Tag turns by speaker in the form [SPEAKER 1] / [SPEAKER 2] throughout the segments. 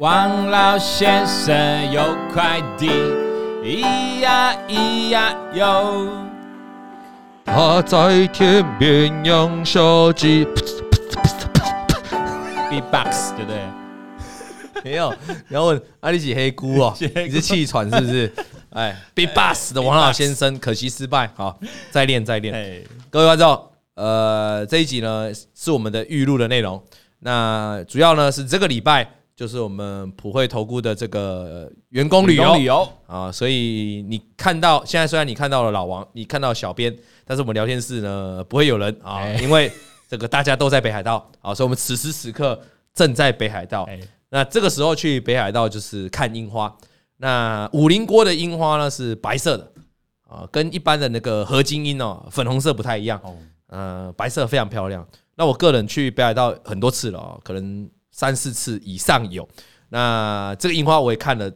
[SPEAKER 1] 王老先生有快递，咿呀咿呀哟，
[SPEAKER 2] 他在天边养小鸡。
[SPEAKER 1] b box 对不对？
[SPEAKER 3] 哎没有，然后问啊，你是黑姑哦，你 是气喘是不 是？哎，Big Boss 的王老先生，可惜失败， 好，再练再练。
[SPEAKER 1] 哎，
[SPEAKER 3] 各位观众，呃，这一集呢是我们的预录的内容，那主要呢是这个礼拜就是我们普惠投顾的这个呃员工旅游
[SPEAKER 1] 旅游，
[SPEAKER 3] 啊，所以你看到现在虽然你看到了老王，你看到小编，但是我们聊天室呢不会有人啊，
[SPEAKER 1] 哎
[SPEAKER 3] 因为这个大家都在北海道啊，所以我们此时此刻正在北海道。
[SPEAKER 1] 哎，
[SPEAKER 3] 那这个时候去北海道就是看樱花。那五菱郭的樱花呢是白色的啊，跟一般的那个合金樱哦粉红色不太一样。
[SPEAKER 1] 哦，
[SPEAKER 3] 呃，白色非常漂亮。那我个人去北海道很多次了哦，可能三四次以上有。那这个樱花我也看了，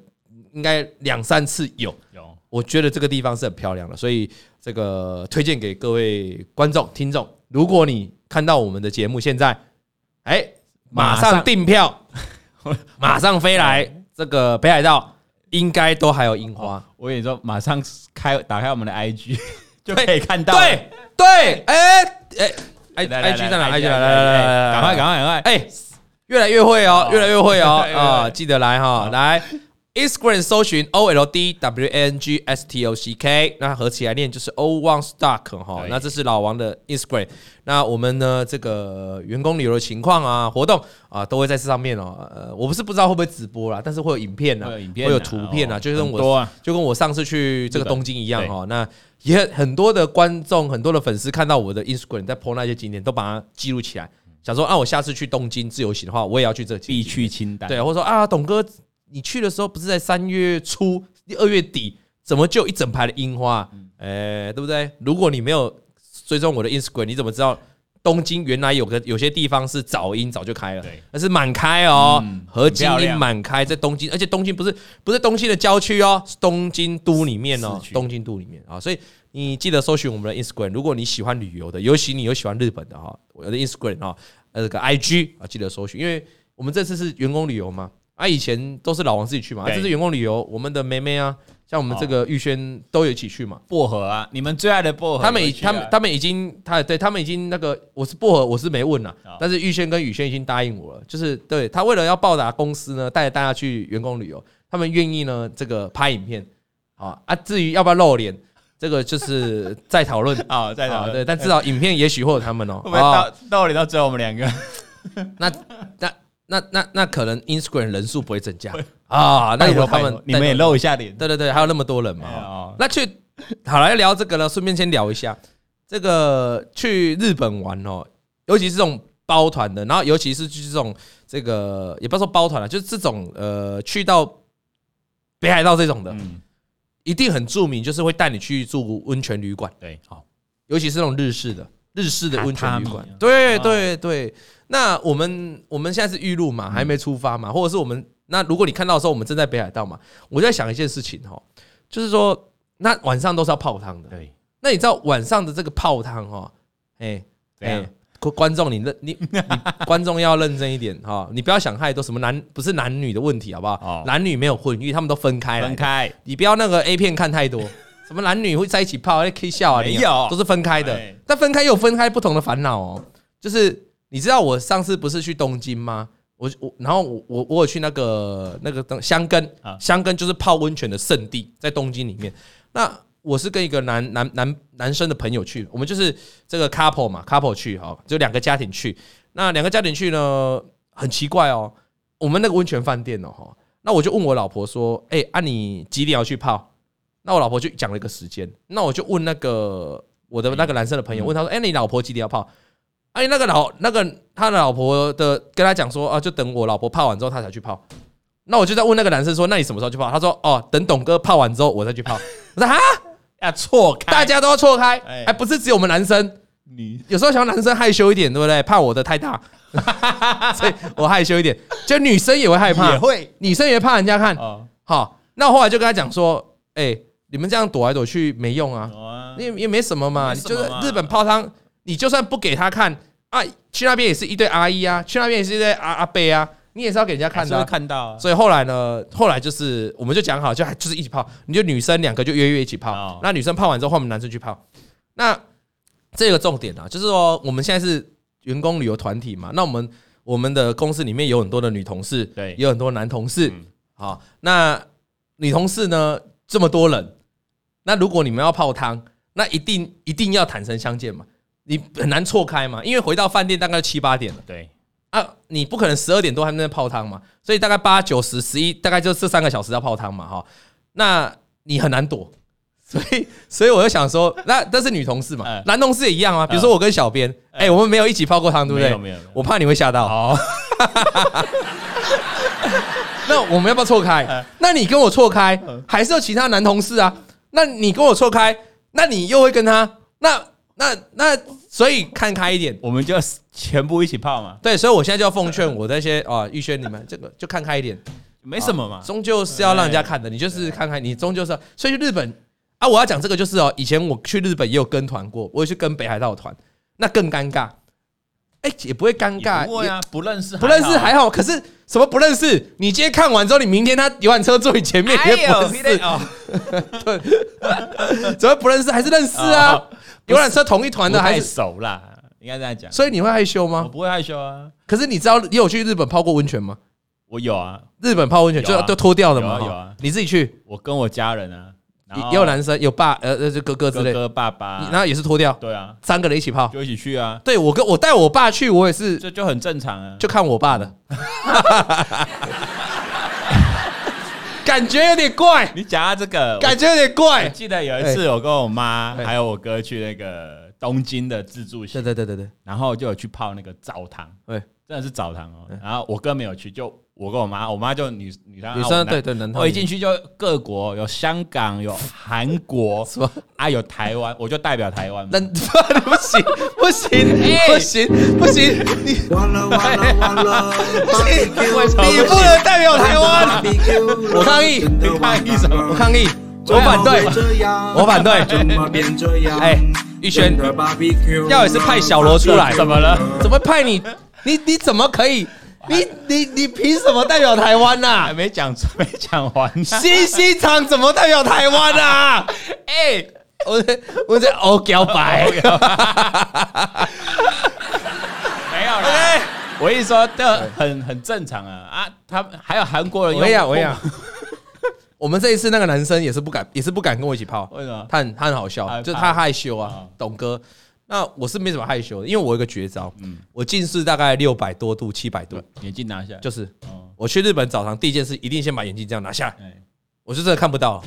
[SPEAKER 3] 应该两三次有。
[SPEAKER 1] 有，
[SPEAKER 3] 我觉得这个地方是很漂亮的，所以这个推荐给各位观众、听众。如果你看到我们的节目，现在哎，马
[SPEAKER 1] 马
[SPEAKER 3] 上
[SPEAKER 1] 上
[SPEAKER 3] 订票，马上飞来这个北海道，应该都还有樱花。
[SPEAKER 1] 我跟你说，马上开打开我们的 IG 就可以看到，
[SPEAKER 3] 对对，哎哎哎
[SPEAKER 1] 来来
[SPEAKER 3] ，IG 在哪？IG 来来
[SPEAKER 1] 来
[SPEAKER 3] 来来，
[SPEAKER 1] 赶快赶
[SPEAKER 3] 快，
[SPEAKER 1] 快赶快，
[SPEAKER 3] 哎，越来越会哦
[SPEAKER 1] 哦，
[SPEAKER 3] 越来越会哦
[SPEAKER 1] 越来越会
[SPEAKER 3] 啊！记得来哈，来 Instagram 搜寻 O L D W A N G S T O C K，那合起来念就是 O One Stock 哈
[SPEAKER 1] 对。
[SPEAKER 3] 那这是老王的 Instagram，那我们呢这个员工旅游的情况啊、活动啊，都会在这上面哦。呃，我不是不知道会不会直播啦，但是会有影片啊，
[SPEAKER 1] 会有影片啊
[SPEAKER 3] 会有图片啊，
[SPEAKER 1] 哦
[SPEAKER 3] 就跟
[SPEAKER 1] 很多
[SPEAKER 3] 我
[SPEAKER 1] 啊
[SPEAKER 3] 就跟我上次去这个
[SPEAKER 1] 日本
[SPEAKER 3] 东京一样哈。那也很多的观众、很多的粉丝看到我的 Instagram 在 po 那些景点，都把它记录起来。想说啊，我下次去东京自由行的话，我也要去这
[SPEAKER 1] 必
[SPEAKER 3] 几个景
[SPEAKER 1] 去
[SPEAKER 3] 点
[SPEAKER 1] 清单，
[SPEAKER 3] 对，或者说啊，董哥，你去的时候不是在三月初、二月底，怎么就有一整排的樱花？
[SPEAKER 1] 嗯
[SPEAKER 3] 哎、对不对？如果你没有追踪我的 Instagram，你怎么知道东京原来有个有些地方是早樱早就开了
[SPEAKER 1] 对？
[SPEAKER 3] 那是满开哦，
[SPEAKER 1] 嗯
[SPEAKER 3] 和金
[SPEAKER 1] 很漂
[SPEAKER 3] 樱
[SPEAKER 1] 亮
[SPEAKER 3] 满开在东京，而且东京不是不是东京的郊区哦，是东京都里面哦
[SPEAKER 1] 市，区
[SPEAKER 3] 东京都里面啊、所以。你记得搜寻我们的 Instagram，如果你喜欢旅游的，尤其你又喜欢日本的哈、我的 Instagram 啊、呃，这个 IG 啊，记得搜寻，因为我们这次是员工旅游嘛，啊，以前都是老王自己去嘛，啊、
[SPEAKER 1] 对
[SPEAKER 3] 这次员工旅游，我们的梅梅啊，像我们这个玉轩都有一起去嘛，
[SPEAKER 1] 薄荷啊，你们最爱的薄荷，
[SPEAKER 3] 他们已
[SPEAKER 1] 有去啊
[SPEAKER 3] 他们他们已经他对他们已经那个我是薄荷，我是没问了
[SPEAKER 1] 好，。
[SPEAKER 3] 但是玉轩跟宇轩已经答应我了，就是对他为了要报答公司呢，带着大家去员工旅游，他们愿意呢这个拍影片，啊啊，至于要不要露脸，这个就是再讨论
[SPEAKER 1] 啊，在哪
[SPEAKER 3] 啊？对，但至少影片也许会有他 们哦、
[SPEAKER 1] 会不会
[SPEAKER 3] 啊
[SPEAKER 1] 到到底到最后我们两个
[SPEAKER 3] 那那那那那可能 Instagram 人数不会增加啊。那 如果他
[SPEAKER 1] 拜托拜
[SPEAKER 3] 们
[SPEAKER 1] 托你们也露一下脸，
[SPEAKER 3] 对对对，还有那么多人嘛
[SPEAKER 1] 哎
[SPEAKER 3] 哈。
[SPEAKER 1] 哦
[SPEAKER 3] 那去好来聊这个呢，顺便先聊一下这个去日本玩哦，尤其是这种包团的，然后尤其是去这种这个也不要说包团了，啊就是这种呃去到北海道这种的，
[SPEAKER 1] 嗯，
[SPEAKER 3] 一定很著名，就是会带你去住温泉旅馆。
[SPEAKER 1] 对，好，
[SPEAKER 3] 尤其是那种日式的日式的温泉旅馆
[SPEAKER 1] 榻榻米啊。
[SPEAKER 3] 对
[SPEAKER 1] 哦
[SPEAKER 3] 对对，那我们我们现在是预录
[SPEAKER 1] 嗯
[SPEAKER 3] 嘛，还没出发嘛，或者是我们那如果你看到的时候，我们正在北海道嘛，我就在想一件事情哦，就是说那晚上都是要泡汤的，
[SPEAKER 1] 对，
[SPEAKER 3] 那你知道晚上的这个泡汤哦，哎
[SPEAKER 1] 怎样
[SPEAKER 3] 哎。观观众，你认你你 观众要认真一点哈、你不要想太多什么男不是男女的问题好不好？
[SPEAKER 1] 哦
[SPEAKER 3] 男女没有混浴，他们都分开来的
[SPEAKER 1] 分开，
[SPEAKER 3] 你不要那个 A 片看太多，什么男女会在一起泡，那 K 笑啊，
[SPEAKER 1] 没
[SPEAKER 3] 你啊
[SPEAKER 1] 有
[SPEAKER 3] 都是分开的
[SPEAKER 1] 哎。
[SPEAKER 3] 但分开又有分开不同的烦恼哦，就是你知道我上次不是去东京吗？我我然后我我我有去那个那个东箱根
[SPEAKER 1] 啊，
[SPEAKER 3] 箱根就是泡温泉的圣地，在东京里面。那我是跟一个男男男男生的朋友去，我们就是这个 couple 嘛，couple 去哈，就两个家庭去。那两个家庭去呢，很奇怪哦，我们那个温泉饭店哦，哈，那我就问我老婆说，哎、啊你几点要去泡？那我老婆就讲了一个时间，那我就问那个我
[SPEAKER 1] 嗯
[SPEAKER 3] 的那个男生的朋友，问他说，哎、你老婆几点要泡？哎、那个老那个他的老婆的跟他讲说啊，就等我老婆泡完之后他才去泡。那我就在问那个男生说，那你什么时候去泡？他说哦，等董哥泡完之后我再去泡。我说哈，
[SPEAKER 1] 要错开，
[SPEAKER 3] 大家都要错开，
[SPEAKER 1] 哎
[SPEAKER 3] 哎，不是只有我们男生，
[SPEAKER 1] 你
[SPEAKER 3] 有时候想要男生害羞一点，对不对？怕我的太大， 所以我害羞一点。就女生也会害
[SPEAKER 1] 也
[SPEAKER 3] 怕，
[SPEAKER 1] 会
[SPEAKER 3] 女生也会怕人家看。
[SPEAKER 1] 哦，
[SPEAKER 3] 好，那我后来就跟他讲说，哎，你们这样躲来躲去没用啊，
[SPEAKER 1] 有啊
[SPEAKER 3] 也也没什么嘛。
[SPEAKER 1] 没
[SPEAKER 3] 你
[SPEAKER 1] 什
[SPEAKER 3] 就
[SPEAKER 1] 么
[SPEAKER 3] 是
[SPEAKER 1] 嘛
[SPEAKER 3] 日本泡汤，你就算不给他看啊，去那边也是一堆阿姨啊，去那边也是一堆阿阿伯啊，你你也是要给人家
[SPEAKER 4] 还
[SPEAKER 3] 看
[SPEAKER 4] 是
[SPEAKER 3] 的啊、
[SPEAKER 4] 会看到啊。
[SPEAKER 3] 所以后来呢，后来就是我们就讲好，就还就是一起泡，你就女生两个就约约一起泡，
[SPEAKER 1] 哦
[SPEAKER 3] 那女生泡完之后换我们男生去泡。那这个重点啊，就是说我们现在是员工旅游团体嘛，那我们我们的公司里面有很多的女同事，
[SPEAKER 1] 对
[SPEAKER 3] 也有很多男同事
[SPEAKER 1] 嗯。
[SPEAKER 3] 好，那女同事呢这么多人，那如果你们要泡汤，那一定一定要坦诚相见嘛，你很难错开嘛，因为回到饭店大概七八点了。
[SPEAKER 1] 对，
[SPEAKER 3] 啊，你不可能十二点多还在那泡汤嘛，所以大概八九十十一，大概就这三个小时要泡汤嘛，哈，那你很难躲，所以所以我就想说，那但是女同事嘛
[SPEAKER 1] 嗯，
[SPEAKER 3] 男同事也一样啊，比如说我跟小编，哎，我们没有一起泡过汤，对不
[SPEAKER 1] 没有
[SPEAKER 3] 对？
[SPEAKER 1] 没有，没有
[SPEAKER 3] 我怕你会吓到，
[SPEAKER 1] 好，
[SPEAKER 3] 那我们要不要错开
[SPEAKER 1] 嗯？
[SPEAKER 3] 那你跟我错开
[SPEAKER 1] 嗯，
[SPEAKER 3] 还是有其他男同事啊？那你跟我错开，那你又会跟他，那那那，所以看开一点。
[SPEAKER 1] 我们就全部一起泡嘛，
[SPEAKER 3] 对，所以我现在就要奉劝我那些啊，玉轩你们这个就看开一点。
[SPEAKER 1] 没什么嘛，
[SPEAKER 3] 终究是要让人家看的。你就是看看，你终究是要，所以去日本啊，我要讲这个就是哦，以前我去日本也有跟团过，我也去跟北海道的团，那更尴尬。哎，也不会尴尬，
[SPEAKER 1] 也不会啊，不认识
[SPEAKER 3] 也不认识
[SPEAKER 1] 还
[SPEAKER 3] 还好，可是什么不认识？你今天看完之后，你明天他游览车坐你前面，你也 不认识，
[SPEAKER 1] 哦，
[SPEAKER 3] 怎么不认识？还是认识啊
[SPEAKER 1] 哦？
[SPEAKER 3] 游览车同一团的
[SPEAKER 1] 不
[SPEAKER 3] 还
[SPEAKER 1] 太
[SPEAKER 3] 是，
[SPEAKER 1] 熟啦，应该这样讲。
[SPEAKER 3] 所以你会害羞
[SPEAKER 1] 我
[SPEAKER 3] 吗？
[SPEAKER 1] 不会害羞啊，
[SPEAKER 3] 可是你知道你有去日本泡过温泉吗？
[SPEAKER 1] 我有啊，
[SPEAKER 3] 日本泡温泉
[SPEAKER 1] 有
[SPEAKER 3] 就
[SPEAKER 1] 啊
[SPEAKER 3] 要都脱掉的嘛，
[SPEAKER 1] 有啊有
[SPEAKER 3] 哈
[SPEAKER 1] 啊
[SPEAKER 3] 你自己去，
[SPEAKER 1] 我跟我家人啊，然后
[SPEAKER 3] 也有男生有爸呃呃就哥哥之
[SPEAKER 1] 哥
[SPEAKER 3] 类，
[SPEAKER 1] 哥爸爸，
[SPEAKER 3] 然后也是脱掉，
[SPEAKER 1] 对啊，
[SPEAKER 3] 三个人一起泡。
[SPEAKER 1] 就一起去啊，
[SPEAKER 3] 对我跟我带我爸去，我也是
[SPEAKER 1] 这就很正常啊。
[SPEAKER 3] 就看我爸的，感觉有点怪，
[SPEAKER 1] 你讲到啊这个，我
[SPEAKER 3] 感觉有点
[SPEAKER 1] 我
[SPEAKER 3] 怪。
[SPEAKER 1] 哎记得有一次我跟我妈
[SPEAKER 3] 哎
[SPEAKER 1] 还有我哥去那个东京的自助
[SPEAKER 3] 对
[SPEAKER 1] 行，
[SPEAKER 3] 对对对对，
[SPEAKER 1] 然后就有去泡那个澡堂，
[SPEAKER 3] 哎
[SPEAKER 1] 真的是澡堂哦。然后我哥没有去，就我跟我妈，我妈就女女生，
[SPEAKER 3] 女
[SPEAKER 1] 啊我
[SPEAKER 3] 生
[SPEAKER 1] 男
[SPEAKER 3] 对对能，
[SPEAKER 1] 我一进去就各国有香港有韩 国
[SPEAKER 3] 什么？
[SPEAKER 1] 啊有台湾，我就代表台湾嘛。
[SPEAKER 3] 能 不行不行不行不行，你
[SPEAKER 5] 完了完了完 了！
[SPEAKER 3] 哎你不能代表台 湾，我抗议
[SPEAKER 5] 你抗议什
[SPEAKER 3] 我
[SPEAKER 5] 么？
[SPEAKER 3] 抗议，我反对，我反对。哎
[SPEAKER 5] 哎，
[SPEAKER 3] 玉
[SPEAKER 5] 玉
[SPEAKER 3] 轩
[SPEAKER 5] 轩，
[SPEAKER 3] 要
[SPEAKER 5] 要
[SPEAKER 3] 也
[SPEAKER 5] 也
[SPEAKER 3] 是
[SPEAKER 5] 是
[SPEAKER 3] 派
[SPEAKER 5] 派
[SPEAKER 3] 小
[SPEAKER 5] 小
[SPEAKER 3] 罗
[SPEAKER 5] 罗
[SPEAKER 3] 出
[SPEAKER 5] 出
[SPEAKER 3] 来
[SPEAKER 5] 来，
[SPEAKER 3] 怎
[SPEAKER 1] 么了
[SPEAKER 3] 怎么派你？你你怎么可以？你你你凭什么代表台湾啊呐
[SPEAKER 1] 哎还？没讲 没讲完呢，
[SPEAKER 3] 新西厂怎么代表台湾啊？ 哎、我在我在哦欧 表白，
[SPEAKER 1] 没有啦。我一说这很很正常啊啊，他们还有韩国人用，
[SPEAKER 3] 我跟你讲，我跟你讲， 我们这一次那个男生也是不敢，也是不敢跟我一起泡，
[SPEAKER 1] 为什么？
[SPEAKER 3] 他很他很好笑，
[SPEAKER 1] 害怕
[SPEAKER 3] 就是他害羞啊
[SPEAKER 1] 哦，
[SPEAKER 3] 董哥。那我是没什么害羞的，因为我有一个绝招，
[SPEAKER 1] 嗯
[SPEAKER 3] 我近视大概六百多度、七百度，
[SPEAKER 1] 眼镜拿下，
[SPEAKER 3] 就是是
[SPEAKER 1] 哦，
[SPEAKER 3] 我去日本澡堂第一件事，一定先把眼镜这样拿下来，
[SPEAKER 1] 哎，
[SPEAKER 3] 我就真的看不到了，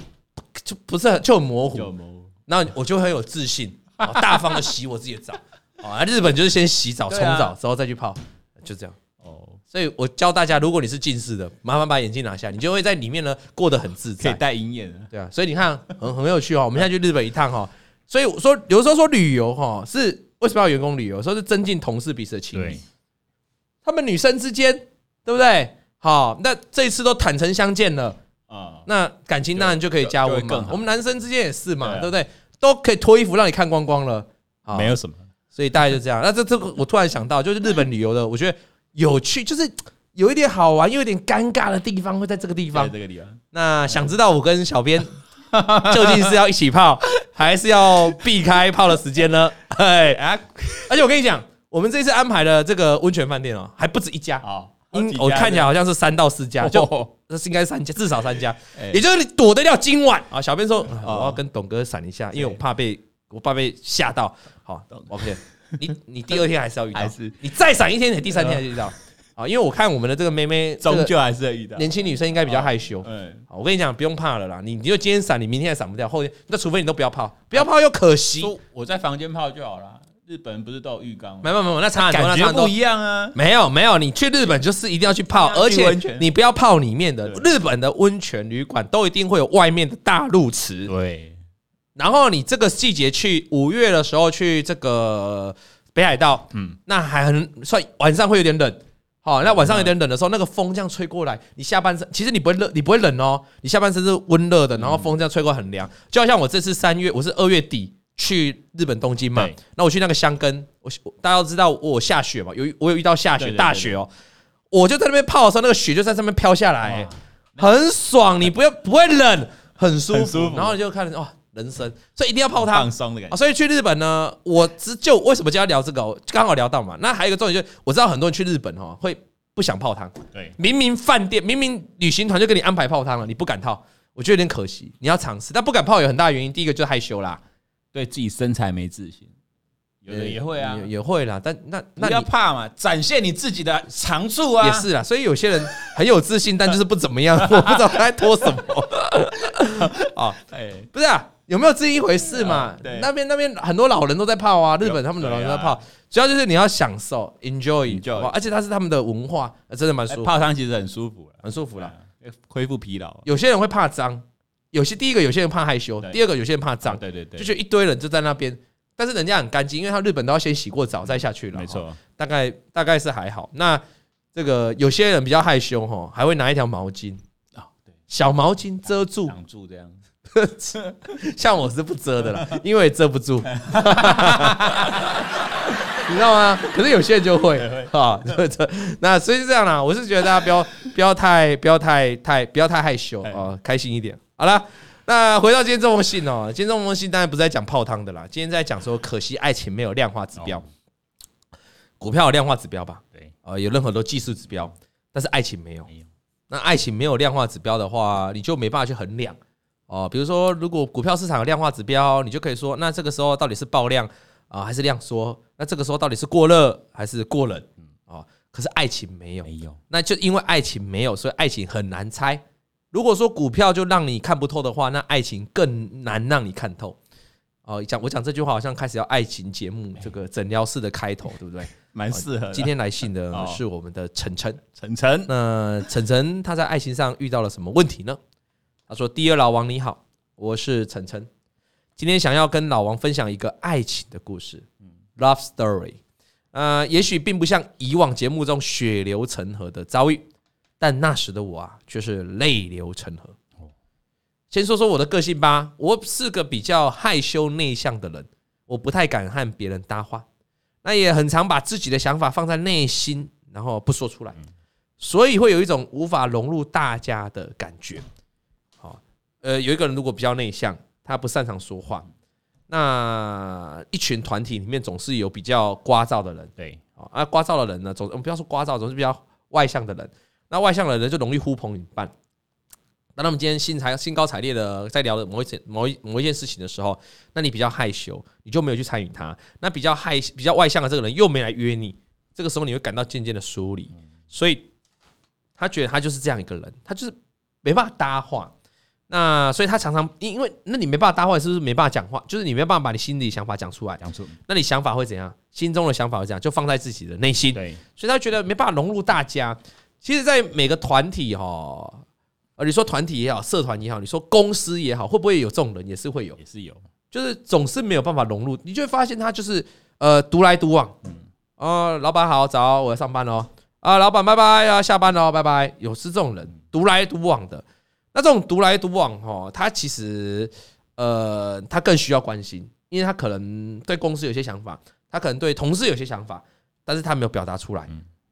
[SPEAKER 3] 就不是很就很模糊，
[SPEAKER 1] 就模糊。
[SPEAKER 3] 那我就很有 自信，哦、大方的洗我自己的澡。哦啊，日本就是先洗澡、冲
[SPEAKER 1] 对啊
[SPEAKER 3] 澡之后再去泡，就这样。
[SPEAKER 1] 哦，
[SPEAKER 3] 所以我教大家，如果你是近视的，麻烦把眼镜拿下，你就会在里面呢过得很自
[SPEAKER 1] 可以
[SPEAKER 3] 在。
[SPEAKER 1] 戴银眼啊，
[SPEAKER 3] 对啊，所以你看很很有趣哦。我们现在去日本一趟哦，所以我说有时候说旅游哈、哦、是为什么要员工旅游？说是增进同事彼此的情谊
[SPEAKER 1] 对。，
[SPEAKER 3] 他们女生之间，对不对？好、那这一次都坦诚相见了，
[SPEAKER 1] 啊，
[SPEAKER 3] 那感情当然就可以加
[SPEAKER 1] 就
[SPEAKER 3] 温
[SPEAKER 1] 会
[SPEAKER 3] 嘛
[SPEAKER 1] 更。好
[SPEAKER 3] 我们男生之间也是嘛，
[SPEAKER 1] 对啊
[SPEAKER 3] 对不对？都可以脱衣服让你看光光了。好
[SPEAKER 1] 没有什么，
[SPEAKER 3] 所以大概就这样。那这这个我突然想到，就是日本旅游的，我觉得有趣，就是有一点好玩又有点尴尬的地方会在这个地
[SPEAKER 1] 在
[SPEAKER 3] 方。
[SPEAKER 1] 这个地方，
[SPEAKER 3] 那想知道我跟小编 究竟是要一起泡， 还是要避开泡的时间呢？ 哎啊！而且我跟你讲，我们这次安排的这个温泉饭店哦，还不止一家。
[SPEAKER 1] 啊好，哦
[SPEAKER 3] 因我看起来好像是三到四家，就
[SPEAKER 1] 就
[SPEAKER 3] 这是应该是三家，至少三家，
[SPEAKER 1] 哎
[SPEAKER 3] 也就是你躲得了今晚啊。小编说，啊
[SPEAKER 1] 哦
[SPEAKER 3] 我要跟董哥闪一下，因为我怕被我怕被吓到。好
[SPEAKER 1] 懂
[SPEAKER 3] ，OK，你你第二天还是要遇到
[SPEAKER 1] 还，是嗯
[SPEAKER 3] 你再闪一天，你第三天还是遇到啊。因为我看我们的这个妹妹，这
[SPEAKER 1] 终
[SPEAKER 3] 个
[SPEAKER 1] 究还是会遇到，
[SPEAKER 3] 年轻女生应该比较害羞。
[SPEAKER 1] 嗯，
[SPEAKER 3] 好我跟你讲，不用怕了啦，你你就今天闪，你明天也闪不掉，后天那除非你都不要泡，不要泡又可惜。
[SPEAKER 1] 说我在房间泡就好了，日本人不是都有浴缸
[SPEAKER 3] 没
[SPEAKER 1] 吗？
[SPEAKER 3] 有没有，那差很多，那
[SPEAKER 1] 感
[SPEAKER 3] 差
[SPEAKER 1] 觉
[SPEAKER 3] 很多
[SPEAKER 1] 不一。样啊，
[SPEAKER 3] 没有没有，你去日本就是一定要去泡，而
[SPEAKER 1] 一定要去温
[SPEAKER 3] 且
[SPEAKER 1] 泉
[SPEAKER 3] 你不要泡里面的。
[SPEAKER 1] 啊对
[SPEAKER 3] 日本的温泉旅馆都一定会有外面的大露池，
[SPEAKER 1] 对，
[SPEAKER 3] 然后你这个季节去，五月的时候去这个北海道，
[SPEAKER 1] 嗯，
[SPEAKER 3] 那还很算晚上会有点冷。好、那晚上有点冷的时候，那个风这样吹过来，你下半身其实你不会热，你不会冷哦，你下半身是温热
[SPEAKER 1] 嗯
[SPEAKER 3] 的，然后风这样吹过来很凉。就好像我这次三月，我是二月底去日本东京嘛
[SPEAKER 1] 对，
[SPEAKER 3] 那我去那个箱根，我我大家都知道我有下雪嘛，有我有遇到下雪
[SPEAKER 1] 对对对哦
[SPEAKER 3] 大雪哦，我就在那边泡的时候，那个雪就在上面飘下来、
[SPEAKER 1] 哇
[SPEAKER 3] 很爽，你不要不会冷，很舒服。
[SPEAKER 1] 很舒服
[SPEAKER 3] 然后你就看哇，人生，所以一定要泡汤
[SPEAKER 1] 放。松的感
[SPEAKER 3] 啊，
[SPEAKER 1] 觉。
[SPEAKER 3] 所以去日本呢，我只就为什么今天要聊这个，我刚好聊到嘛。那还有一个重点就是，我知道很多人去日本哦，会不想泡汤，
[SPEAKER 1] 对，
[SPEAKER 3] 明明饭店明明旅行团就给你安排泡汤了，你不敢泡，我觉得有点可惜。你要尝试，但不敢泡有很大原因，第一个就是害羞啦，呃
[SPEAKER 1] 对自己身材没自信，有的也会啊
[SPEAKER 3] 也，也会啦。但那那
[SPEAKER 1] 不要
[SPEAKER 3] 你
[SPEAKER 1] 怕嘛，展现你自己的长处啊。
[SPEAKER 3] 也是啦，所以有些人很有自信，但就是不怎 么样，我不知道他在拖什么。
[SPEAKER 1] 哎，
[SPEAKER 3] 不是啊，有没有这一回事嘛
[SPEAKER 1] 啊？对
[SPEAKER 3] 那边那边很多老人都在泡啊，日本他们的老人都在泡
[SPEAKER 1] 对，
[SPEAKER 3] 主要就是你要享受 enjoy，
[SPEAKER 1] Enjoy
[SPEAKER 3] 好不好而且它是他们的文化，呃真的蛮
[SPEAKER 1] 哎
[SPEAKER 3] 舒服，
[SPEAKER 1] 泡汤其实很舒服了，
[SPEAKER 3] 很舒服
[SPEAKER 1] 服
[SPEAKER 3] 啦。
[SPEAKER 1] 了，恢复疲劳。啊
[SPEAKER 3] 有些人会怕脏，有些第一个有些人怕害羞，
[SPEAKER 1] 对
[SPEAKER 3] 第二个有些人怕脏，
[SPEAKER 1] 对对对，
[SPEAKER 3] 就就一堆人就在那边，但是人家很干净，因为他日本都要先洗过澡再下去了，
[SPEAKER 1] 没
[SPEAKER 3] 哦，
[SPEAKER 1] 错，
[SPEAKER 3] 大概大概是还好。那这个有些人比较害羞哈，还会拿一条毛巾
[SPEAKER 1] 啊对。
[SPEAKER 3] 小毛巾遮住，
[SPEAKER 1] 挡住这样。
[SPEAKER 3] 像我是不遮的啦，因为遮不住， 你知道吗？可是有些人就会啊，这这那所以是这样啦。我是觉得大家不要不要太不要太太不要太害羞啊、哦开心一点。好了，那回到今天这封信哦，今天这封信当然不是在讲泡汤的啦，今天在讲说可惜爱情没有量化指标，
[SPEAKER 1] 哦
[SPEAKER 3] 股票有量化指标吧？
[SPEAKER 1] 对，
[SPEAKER 3] 呃，有任何的技术指标，但是爱情没有
[SPEAKER 1] 没有。
[SPEAKER 3] 那爱情没有量化指标的话，你就没办法去衡量哦。比如说，如果股票市场有量化指标，你就可以说，那这个时候到底是爆量啊、还是量缩？那这个时候到底是过热还是过冷？哦，可是爱情没有，
[SPEAKER 1] 嗯没有，
[SPEAKER 3] 那就因为爱情没有，所以爱情很难猜。如果说股票就让你看不透的话，那爱情更难让你看透。哦，讲我讲这句话好像开始要爱情节目这个诊疗室的开头，对不对？
[SPEAKER 1] 蛮适合的。
[SPEAKER 3] 今天来信的
[SPEAKER 1] 哦
[SPEAKER 3] 是我们的晨晨，
[SPEAKER 1] 晨晨，
[SPEAKER 3] 那晨晨他在爱情上遇到了什么问题呢？他说：“第二老王你好，我是晨晨，今天想要跟老王分享一个爱情的故事，love story。呃，也许并不像以往节目中血流成河的遭遇，但那时的我啊，却是泪流成河。先说说我的个性吧，我是个比较害羞内向的人，我不太敢和别人搭话，那也很常把自己的想法放在内心，然后不说出来。”所以会有一种无法融入大家的感觉。好、呃，有一个人如果比较内向，他不擅长说话，那一群团体里面总是有比较聒噪的人，
[SPEAKER 1] 对，
[SPEAKER 3] 哦啊，聒噪的人呢，总我们不要说聒噪，总是比较外向的人。那外向的人就容易呼朋引伴。当他们今天兴财兴高采烈的在聊的某一件某一某一件事情的时候，那你比较害羞，你就没有去参与他。那比较害比较外向的这个人又没来约你，这个时候你会感到渐渐的疏离。所以他觉得他就是这样一个人，他就是没办法搭话。那所以他常常因因为那你没办法搭话，是不是没办法讲话？就是你没办法把你心里想法讲出来。
[SPEAKER 1] 讲出
[SPEAKER 3] 那你想法会怎样？心中的想法会怎样？就放在自己的内心，
[SPEAKER 1] 对，
[SPEAKER 3] 所以他觉得没办法融入大家。其实，在每个团体哈、哦，呃，你说团体也好，社团也好，你说公司也好，会不会有这种人？也是会有，
[SPEAKER 1] 也是有，
[SPEAKER 3] 就是总是没有办法融入，你就会发现他就是呃独来独往。哦，老板好，早，我要上班哦。啊，老板拜拜啊，下班喽，拜拜。有是这种人独来独往的，那这种独来独往哦，他其实呃，他更需要关心，因为他可能对公司有些想法，他可能对同事有些想法，但是他没有表达出来。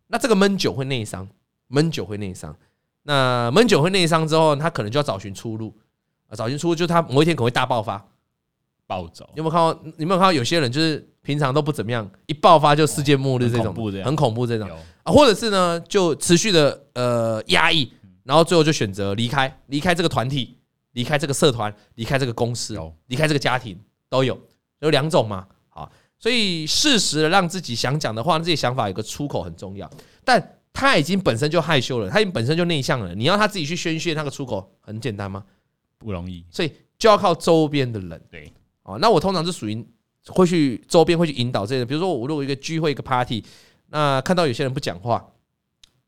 [SPEAKER 3] 那这个闷酒会内伤，闷酒会内伤。那闷酒会内伤之后，他可能就要找寻出路，啊，找寻出路就是他某一天可能会大爆发，
[SPEAKER 1] 暴走
[SPEAKER 3] 你，有没有看到？你有没有看到有些人就是平常都不怎么样，一爆发就世界末日这
[SPEAKER 1] 很恐
[SPEAKER 3] 种
[SPEAKER 1] 怖这，样
[SPEAKER 3] 很恐怖这种
[SPEAKER 1] 有
[SPEAKER 3] 啊，或者是呢就持续的呃压抑，然后最后就选择离开，离开这个团体，离开这个社团，离开这个公司
[SPEAKER 1] 有，
[SPEAKER 3] 离开这个家庭，都有有两种嘛。好，所以适时的让自己想讲的话，让自己想法有个出口很重要。但他已经本身就害羞了，他已经本身就内向了，你要他自己去宣泄那个出口，很简单吗？
[SPEAKER 1] 不容易，
[SPEAKER 3] 所以就要靠周边的人。
[SPEAKER 1] 对，
[SPEAKER 3] 哦，那我通常是属于会去周边会去引导这些人，比如说我如果一个聚会一个 party，那看到有些人不讲话，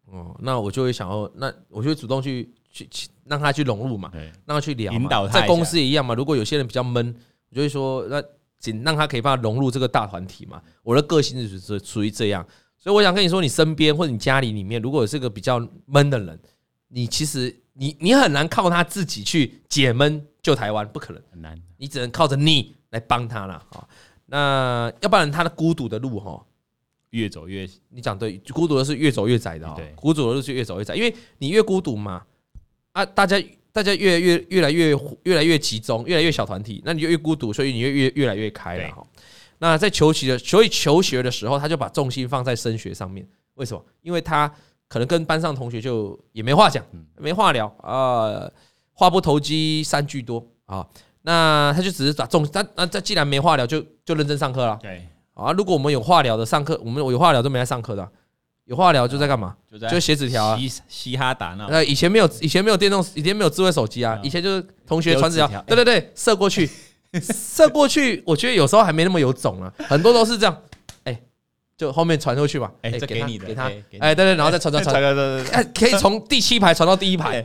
[SPEAKER 3] 哦，那我就会想要，那我就会主动去去去让他去融入嘛，
[SPEAKER 1] 对，
[SPEAKER 3] 让他去聊嘛，
[SPEAKER 1] 引导他一下
[SPEAKER 3] 在公司也一样嘛。如果有些人比较闷，我就会说，那仅让他可以把他融入这个大团体嘛。我的个性是属属于这样，所以我想跟你说，你身边或者你家里里面，如果有这个比较闷的人，你其实你你很难靠他自己去解闷救台湾，不可能。
[SPEAKER 1] 很难，
[SPEAKER 3] 你只能靠着你来帮他了啊。那要不然他的孤独的路哈，
[SPEAKER 1] 越走越
[SPEAKER 3] 你讲对，孤独的是越走越窄的、哦，
[SPEAKER 1] 对
[SPEAKER 3] 孤独的路是越走越窄，因为你越孤独嘛，啊，大家大家越越越来越越来越集中，越来越小团体，那你就越孤独，所以你越越越来越开了、哦。那在求学的，所以求学的时候，他就把重心放在升学上面，为什么？因为他可能跟班上同学就也没话讲，没话聊啊、呃话不投机三句多啊、那他就只是把重，他那这既然没话聊，就就认真上课了。
[SPEAKER 1] 对，
[SPEAKER 3] 啊，如果我们有话聊的上课，我们有话聊就没来上课的啊、有话聊就在干嘛？
[SPEAKER 1] 就在
[SPEAKER 3] 就写纸条啊。哎
[SPEAKER 1] 嘻嘻哈打闹，
[SPEAKER 3] 那以前没有，以前没有电动，以前没有智慧手机啊
[SPEAKER 1] 啊，
[SPEAKER 3] 以前就是同学传纸条
[SPEAKER 1] 丢纸，条
[SPEAKER 3] 对对对，射 过去，射过去，我觉得有时候还没那么有种啊，很多都是这样，哎，就后面传过去吧，
[SPEAKER 1] 哎这
[SPEAKER 3] 他
[SPEAKER 1] 给你的
[SPEAKER 3] 给他
[SPEAKER 1] 哎给，你
[SPEAKER 3] 哎，对对，然后再传传 传，
[SPEAKER 1] 传传
[SPEAKER 3] 哎，可以从第七排传到第 一排，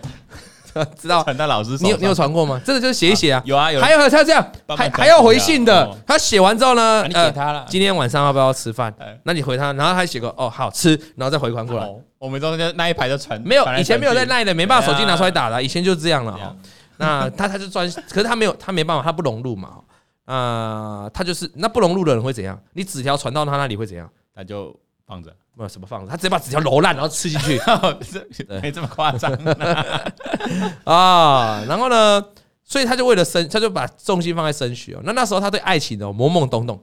[SPEAKER 3] 知道？
[SPEAKER 1] 传到哎老师手上，啊
[SPEAKER 3] 哎你有你有传过吗？真的就是写一写啊，
[SPEAKER 1] 有啊有啊，
[SPEAKER 3] 还有他这样，
[SPEAKER 1] 慢慢
[SPEAKER 3] 还
[SPEAKER 1] 传
[SPEAKER 3] 还要回
[SPEAKER 1] 出去啊
[SPEAKER 3] 信的
[SPEAKER 1] 哦。
[SPEAKER 3] 他写完之后呢
[SPEAKER 1] 啊，你
[SPEAKER 3] 呃
[SPEAKER 1] 给他了，
[SPEAKER 3] 今天晚上要不要吃饭
[SPEAKER 1] 哎？
[SPEAKER 3] 那你回他，然后他写个哦好吃，然后再回款过来。
[SPEAKER 1] 哦我们中间那一排就传，
[SPEAKER 3] 没有
[SPEAKER 1] 传来
[SPEAKER 3] 以前没有
[SPEAKER 1] 传
[SPEAKER 3] 在
[SPEAKER 1] 去啊
[SPEAKER 3] 赖的，没办法手机拿出来打的，以前就这样了
[SPEAKER 1] 这
[SPEAKER 3] 哈
[SPEAKER 1] 样。
[SPEAKER 3] 那他他就专，可是他没有他没办法，他不融入嘛。啊，他就是那不融入的人会怎样？你纸条传到他那里会怎样？
[SPEAKER 1] 他就放 着，
[SPEAKER 3] 没有什么放着，他直接把纸条揉烂，然后吃进去
[SPEAKER 1] 这没这么夸张，
[SPEAKER 3] 啊。然后呢，所以他就为了升，他就把重心放在升学哦。那那时候他对爱情哦懵懵懂懂，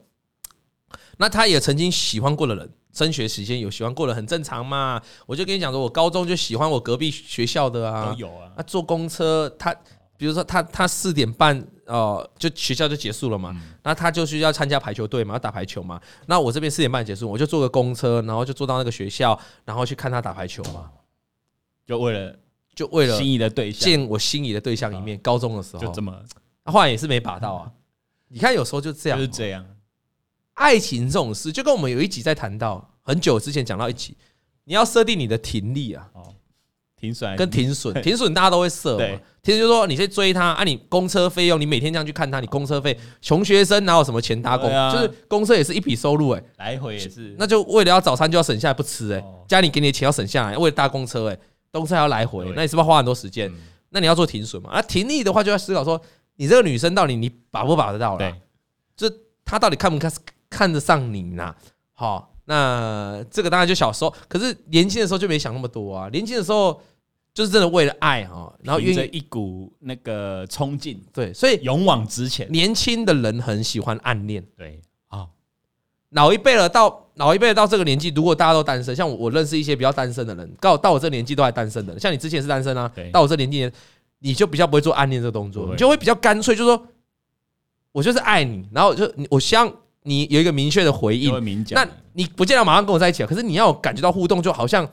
[SPEAKER 3] 那他也曾经喜欢过的人，升学时间有喜欢过的很正常嘛。我就跟你讲说，我高中就喜欢我隔壁学校的啊，
[SPEAKER 1] 都有啊，
[SPEAKER 3] 啊，坐公车，他比如说他他四点半哦、呃就学校就结束了嘛，那他就是要参加排球队嘛，要打排球嘛。那我这边四点半结束，我就坐个公车，然后就坐到那个学校，然后去看他打排球嘛，
[SPEAKER 1] 就为了
[SPEAKER 3] 就为了
[SPEAKER 1] 心仪的对象，
[SPEAKER 3] 见我心仪的对象一面。高中的时候
[SPEAKER 1] 啊就，这么
[SPEAKER 3] 啊后来也是没把 到啊。你看，有时候就
[SPEAKER 1] 就
[SPEAKER 3] 这样
[SPEAKER 1] 是
[SPEAKER 3] 哦，
[SPEAKER 1] 这样，
[SPEAKER 3] 爱情这种事，就跟我们有一集在谈到很久之前讲到一集，你要设定你的停力啊。
[SPEAKER 1] 哦挺帅，
[SPEAKER 3] 跟停损，停损大家都会设嘛
[SPEAKER 1] 哎对。
[SPEAKER 3] 停损就是说你去追他啊，你公车费用，你每天这样去看他，你公车费，穷学生哪有什么钱搭公？
[SPEAKER 1] 对啊
[SPEAKER 3] 就是公车也是一笔收入哎、
[SPEAKER 1] 来回也是，
[SPEAKER 3] 那就为了要早餐就要省下来不吃哎、
[SPEAKER 1] 哦
[SPEAKER 3] 家里给你的钱要省下来，为了搭公车哎、公车还要来回、
[SPEAKER 1] 对
[SPEAKER 3] 那你是不是要花很多时间？
[SPEAKER 1] 嗯
[SPEAKER 3] 那你要做停损嘛？那啊停利的话就要思考说，你这个女生到底你把不把得到
[SPEAKER 1] 对
[SPEAKER 3] 了？，她到底看不看看得上你呐、好，那这个当然就小时候，可是年轻的时候就没想那么多啊。年轻的时候就是真的为了爱哈，然后
[SPEAKER 1] 凭
[SPEAKER 3] 愿
[SPEAKER 1] 着
[SPEAKER 3] 意
[SPEAKER 1] 一股那个冲劲，
[SPEAKER 3] 对，所以
[SPEAKER 1] 勇往直前，
[SPEAKER 3] 年轻的人很喜欢暗恋。
[SPEAKER 1] 对
[SPEAKER 3] 哦
[SPEAKER 1] 啊，
[SPEAKER 3] 老一辈了，到老一辈到这个年纪，如果大家都单身，像我，我认识一些比较单身的人，到到我这年纪都还单身的人，像你之前是单身啊
[SPEAKER 1] 对，
[SPEAKER 3] 到我这年纪，你就比较不会做暗恋这个动作
[SPEAKER 1] 不，会
[SPEAKER 3] 你就会比较干脆，就说，我就是爱你，然后我就我希望你有一个明确的回应
[SPEAKER 1] 因为，明讲
[SPEAKER 3] 那，你不见得马上跟我在一起啊，可是你要有感觉到互动，就好像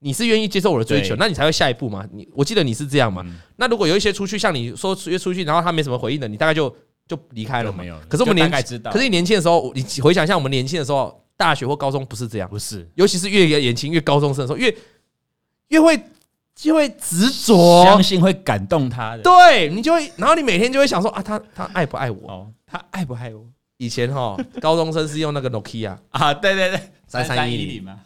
[SPEAKER 3] 你是愿意接受我的追求，
[SPEAKER 1] 对
[SPEAKER 3] 那你才会下一步嘛。你我记得你是这样嘛。
[SPEAKER 1] 嗯
[SPEAKER 3] 那如果有一些出去，像你说约出去，然后他没什么回应的，你大概就就离开了
[SPEAKER 1] 就
[SPEAKER 3] 嘛
[SPEAKER 1] 没。有了，
[SPEAKER 3] 可是我们
[SPEAKER 1] 就大
[SPEAKER 3] 年
[SPEAKER 1] 概知道，
[SPEAKER 3] 可是你年轻的时候，你回想一下我们年轻的时候，大学或高中不是这样，
[SPEAKER 1] 不是
[SPEAKER 3] 尤其是越年轻越高中生的时候，越越会就会执着
[SPEAKER 1] 相，信会感动他的，
[SPEAKER 3] 对你就会，然后你每天就会想说啊，他他爱不爱我？
[SPEAKER 1] 哦，他爱不爱我
[SPEAKER 3] 以前哈，高中生是用那个 Nokia，
[SPEAKER 1] 啊？对对对，
[SPEAKER 3] 3310
[SPEAKER 1] 零嘛，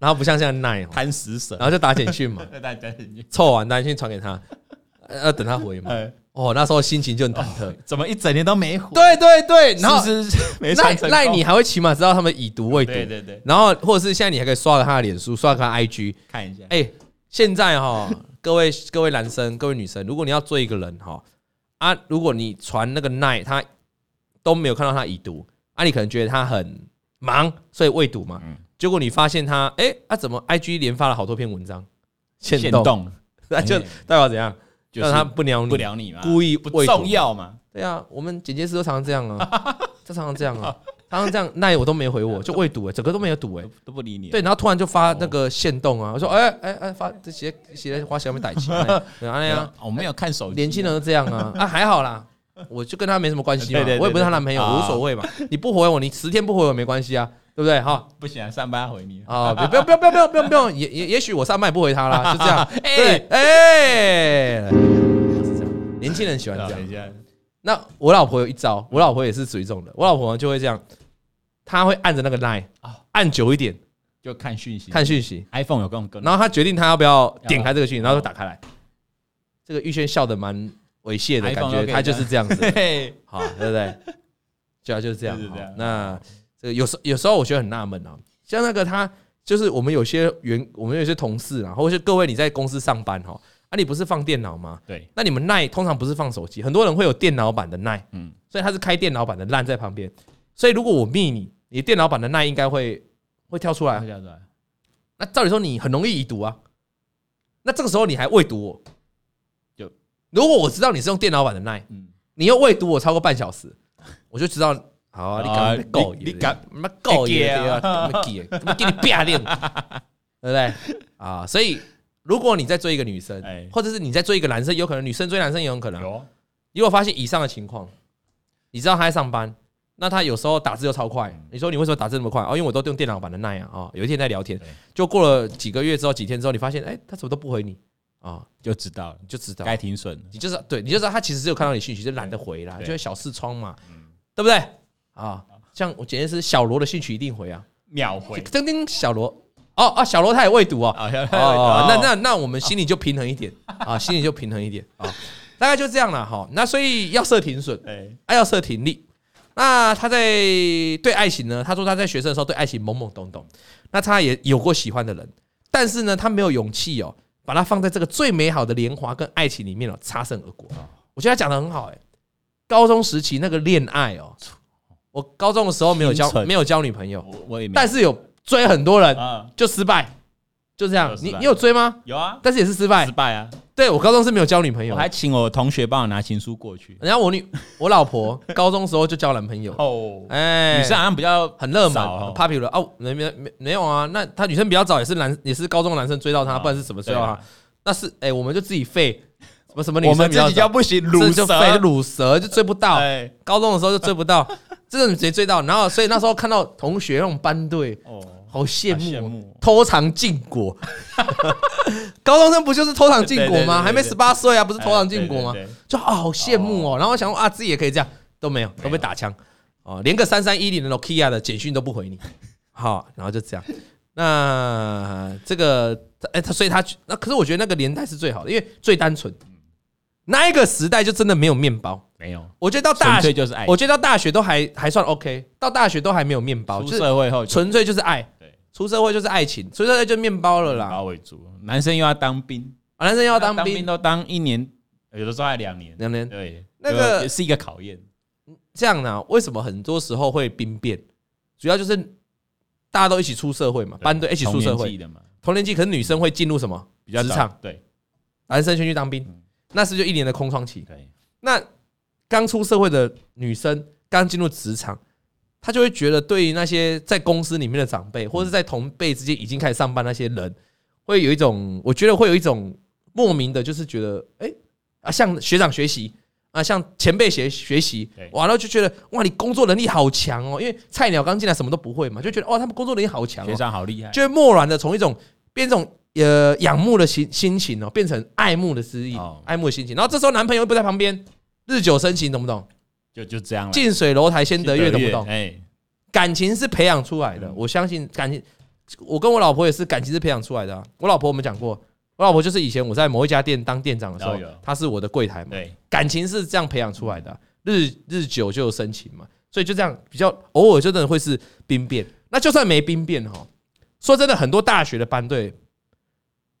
[SPEAKER 3] 然后不像现在 Nine，
[SPEAKER 1] 贪食蛇
[SPEAKER 3] 然，后就打简讯嘛。
[SPEAKER 1] 对大家已经
[SPEAKER 3] 凑完单先传给他，呃要等他回嘛。
[SPEAKER 1] 呃，
[SPEAKER 3] 哦，那时候心情就很忐忑。
[SPEAKER 1] 怎么一整年都没火？
[SPEAKER 3] 对对对，然后
[SPEAKER 1] 哦是不是没
[SPEAKER 3] 赖
[SPEAKER 1] 传成功
[SPEAKER 3] 赖你还会起码知道他们已读未读，
[SPEAKER 1] 对对对，
[SPEAKER 3] 然后或者是现在你还可以刷了他的脸书，刷了他的 IG。
[SPEAKER 1] 看一下，
[SPEAKER 3] 哎，现在 哈，各位各位男生各位女生，如果你要追一个人哈啊，如果你传那个赖他都没有看到他已读，啊，你可能觉得他很忙，所以未读嘛。
[SPEAKER 1] 嗯
[SPEAKER 3] 结果你发现他，哎，啊怎么 IG 连发了好多篇文章，限
[SPEAKER 1] 限
[SPEAKER 3] 动，
[SPEAKER 1] 动
[SPEAKER 3] 那就
[SPEAKER 1] 哎
[SPEAKER 3] 代表怎样？
[SPEAKER 1] 就
[SPEAKER 3] 让他
[SPEAKER 1] 是
[SPEAKER 3] 不鸟你，
[SPEAKER 1] 不聊你嘛，
[SPEAKER 3] 故意
[SPEAKER 1] 不
[SPEAKER 3] 未读
[SPEAKER 1] 重。要嘛，
[SPEAKER 3] 对啊，我们剪接师都常常这样啊，就常常这样啊，常常这样，那我都没回我，就未读哎、整个都没有读哎、
[SPEAKER 1] 都都不理你，
[SPEAKER 3] 对，，然后突然就发那个限动啊，我说哎哎哎，发这些写花小妹逮起来，对啊那样，
[SPEAKER 1] 我没有看手机，
[SPEAKER 3] 年轻人都这样啊，啊还好啦，我就跟他没什么关系嘛，
[SPEAKER 1] 对对对
[SPEAKER 3] 我也不是她男朋友，
[SPEAKER 1] 对对
[SPEAKER 3] 无所谓嘛，你不回我，你十天不回我没关系啊，对不对哈？
[SPEAKER 1] 不喜欢上班回你，
[SPEAKER 3] 啊，不要不要不要不要不要不要，也也也许我上麦不回他啦，就这样，对
[SPEAKER 1] 哎
[SPEAKER 3] 哎，是这样，年轻人喜欢这样
[SPEAKER 1] 等。一下，
[SPEAKER 3] 那我老婆有一招，我老婆也是属于这种的。我老婆就会这样，她会按着那个 line
[SPEAKER 1] 啊
[SPEAKER 3] 按久一点
[SPEAKER 1] 就看讯息，
[SPEAKER 3] 看讯息，
[SPEAKER 1] iPhone 有更更，
[SPEAKER 3] 然后她决定她要不嗯要点开这个讯息，然后就打开来。这个玉轩笑得蛮猥亵的感
[SPEAKER 1] iPhone 都
[SPEAKER 3] 觉，
[SPEAKER 1] 可以
[SPEAKER 3] 她就是这样子
[SPEAKER 1] 嘿
[SPEAKER 3] 的，
[SPEAKER 1] 嘿
[SPEAKER 3] 好，对不对？主要就是这样
[SPEAKER 1] 就是这。样
[SPEAKER 3] 好那这个有时有时候我觉得很纳闷啊，像那个他就是我们有些员，我们有些同事啊，或者是各位你在公司上班哈，啊，你不是放电脑吗？
[SPEAKER 1] 对，
[SPEAKER 3] 那你们耐通常不是放手机，很多人会有电脑版的耐，
[SPEAKER 1] 嗯，
[SPEAKER 3] 所以他是开电脑版的烂在旁边，所以如果我密你，你电脑版的耐应该会会跳出来啊
[SPEAKER 1] 看，一下对，
[SPEAKER 3] 那照理说你很容易已读啊，那这个时候你还未读我，
[SPEAKER 1] 就
[SPEAKER 3] 如果我知道你是用电脑版的 Line，
[SPEAKER 1] 嗯，
[SPEAKER 3] 你又未读我超过半小时，我就知道，好啊，你
[SPEAKER 1] 啊
[SPEAKER 3] 敢
[SPEAKER 1] 你
[SPEAKER 3] 够，
[SPEAKER 1] 你敢
[SPEAKER 3] 他妈够
[SPEAKER 1] 你
[SPEAKER 3] 也
[SPEAKER 1] 假
[SPEAKER 3] 对
[SPEAKER 1] 啊
[SPEAKER 3] 啊，他妈给，他妈给你 啪脸，对不对？啊，所以如果你在追一个女生
[SPEAKER 1] 哎，
[SPEAKER 3] 或者是你在追一个男生，有可能女生追男生也有可能啊，
[SPEAKER 1] 有
[SPEAKER 3] 如果发现以上的情况，你知道他在上班，那他有时候打字又超快。
[SPEAKER 1] 嗯
[SPEAKER 3] 你说你为什么打字那么快？哦，因为我都用电脑版的那样啊。有一天在聊天
[SPEAKER 1] 对，
[SPEAKER 3] 就过了几个月之后、几天之后，你发现哎、他怎么都不回你啊、
[SPEAKER 1] 就知道了，
[SPEAKER 3] 你就知道，
[SPEAKER 1] 该停损了。
[SPEAKER 3] 你就是对，你就知道他其实只有看到你讯息，就懒得回啦，
[SPEAKER 1] 对嗯
[SPEAKER 3] 就是小视窗嘛，对不对啊？像我简直是小罗的兴趣一定回啊，
[SPEAKER 1] 秒回
[SPEAKER 3] 叮叮小罗，哦啊，小罗他也未读哦，
[SPEAKER 1] 啊，哦
[SPEAKER 3] 哦，那那那我们心里就平衡一点啊，心里就平衡一点啊，大概就这样了哈。那所以要设停损，
[SPEAKER 1] 哎，
[SPEAKER 3] 爱要设停力。那他在对爱情呢？他说他在学生的时候对爱情懵懵懂懂，那他也有过喜欢的人，但是呢，他没有勇气哦，把它放在这个最美好的年华跟爱情里面哦，擦身而过。我觉得他讲的很好哎、高中时期那个恋爱哦，我高中的时候没有交
[SPEAKER 1] 清纯
[SPEAKER 3] 没有交女朋友，
[SPEAKER 1] 我我也没，
[SPEAKER 3] 但是有追很多人
[SPEAKER 1] 啊，
[SPEAKER 3] 就失败，就这样
[SPEAKER 1] 就。失败
[SPEAKER 3] 你你有追吗？
[SPEAKER 1] 有啊，
[SPEAKER 3] 但是也是失败
[SPEAKER 1] 失。败啊，
[SPEAKER 3] 对我高中是没有交女朋友
[SPEAKER 1] 我，还请我同学帮我拿情书过去。
[SPEAKER 3] 然后我女我老婆高中时候就交男朋友，
[SPEAKER 1] 哦，
[SPEAKER 3] 哎，
[SPEAKER 1] 女生好像比较
[SPEAKER 3] 很热门、
[SPEAKER 1] 少哦
[SPEAKER 3] popular 哦，没没没没有啊，那他女生比较早也是男也是高中男生追到她，
[SPEAKER 1] 啊
[SPEAKER 3] 不然是什么追
[SPEAKER 1] 对
[SPEAKER 3] 到
[SPEAKER 1] 啊
[SPEAKER 3] 她？，那是哎、我们就自己废什么什么女
[SPEAKER 1] 我
[SPEAKER 3] 生
[SPEAKER 1] 们
[SPEAKER 3] 比
[SPEAKER 1] 自
[SPEAKER 3] 较
[SPEAKER 1] 己叫
[SPEAKER 3] 早，
[SPEAKER 1] 不行，
[SPEAKER 3] 这
[SPEAKER 1] 乳
[SPEAKER 3] 就
[SPEAKER 1] 蛇
[SPEAKER 3] 废乳蛇就追不 到，
[SPEAKER 1] 哎，
[SPEAKER 3] 高中的时候就追不到，真的直接追到，然后所以那时候看到同学那种班队，
[SPEAKER 1] 哦，
[SPEAKER 3] 好羡
[SPEAKER 1] 好
[SPEAKER 3] 慕哦，
[SPEAKER 1] 羡慕哦
[SPEAKER 3] 偷尝禁果。 高中生不就是偷尝禁果
[SPEAKER 1] 对对对
[SPEAKER 3] 吗？
[SPEAKER 1] 对
[SPEAKER 3] 还没十八岁啊，不是偷尝禁果吗
[SPEAKER 1] 哎？对对对
[SPEAKER 3] 就啊好羡慕哦。然后想说啊，自己也可以这样，都没有，都被打枪哦，连个三三一零的 Nokia 的简讯都不回你， 好，然后就这样。那这个，哎，他所以他那可是我觉得那个年代是最好的，因为最单纯。嗯那一个时代就真的没有面包，
[SPEAKER 1] 没有，
[SPEAKER 3] 我觉得到大
[SPEAKER 1] 纯粹
[SPEAKER 3] 学，
[SPEAKER 1] 就是爱
[SPEAKER 3] 我。觉得到大学都还还算 OK，到大学都还没有面包，
[SPEAKER 1] 出
[SPEAKER 3] 就是
[SPEAKER 1] 社会后就
[SPEAKER 3] 纯粹就是爱
[SPEAKER 1] 对，
[SPEAKER 3] 出社会就是爱情，出社会就面包了啦。
[SPEAKER 1] 包为主，男生又要当兵，
[SPEAKER 3] 啊男生要当
[SPEAKER 1] 兵
[SPEAKER 3] 兵
[SPEAKER 1] 都当一年，有的时候还两年，
[SPEAKER 3] 两年，
[SPEAKER 1] 对，
[SPEAKER 3] 那个
[SPEAKER 1] 也是一个考验。
[SPEAKER 3] 这样呢、为什么很多时候会兵变？主要就是大家都一起出社会嘛，班队一起出社
[SPEAKER 1] 同年
[SPEAKER 3] 会
[SPEAKER 1] 纪，的嘛，
[SPEAKER 3] 同年纪，可是女生会进入什么
[SPEAKER 1] 比较
[SPEAKER 3] 职
[SPEAKER 1] 早
[SPEAKER 3] 场，
[SPEAKER 1] 对
[SPEAKER 3] 男生先去当兵
[SPEAKER 1] 嗯，
[SPEAKER 3] 那是不是就一年的空窗期。
[SPEAKER 1] 对，
[SPEAKER 3] 那刚出社会的女生，刚进入职场，她就会觉得对于那些在公司里面的长辈，或者是在同辈之间已经开始上班那些人，会有一种，我觉得会有一种莫名的，就是觉得，哎、啊，向学长学习。啊，向前辈学学习
[SPEAKER 1] 对，
[SPEAKER 3] 哇，然后就觉得哇，你工作能力好强哦，因为菜鸟刚进来什么都不会嘛，就觉得哇，他们工作能力好强、哦
[SPEAKER 1] 学，长好厉害，
[SPEAKER 3] 就会漠然的从一种变这种呃仰慕的心心情哦，变成爱慕的之意，
[SPEAKER 1] 哦
[SPEAKER 3] 爱慕的心情。然后这时候男朋友又不在旁边，日久生情，懂不懂？
[SPEAKER 1] 就就这样了。
[SPEAKER 3] 近水楼台先得月，懂不懂？
[SPEAKER 1] 哎，
[SPEAKER 3] 感情是培养出来的，
[SPEAKER 1] 嗯
[SPEAKER 3] 我相信感情。我跟我老婆也是感情是培养出来的、啊。我老婆我们讲过，我老婆就是以前我在某一家店当店长的时候
[SPEAKER 1] 老友，
[SPEAKER 3] 她是我的柜台嘛，
[SPEAKER 1] 对，
[SPEAKER 3] 感情是这样培养出来的啊、日日久就有深情嘛，所以就这样比较偶尔就真的会是兵变。那就算没兵变哈，说真的，很多大学的班队，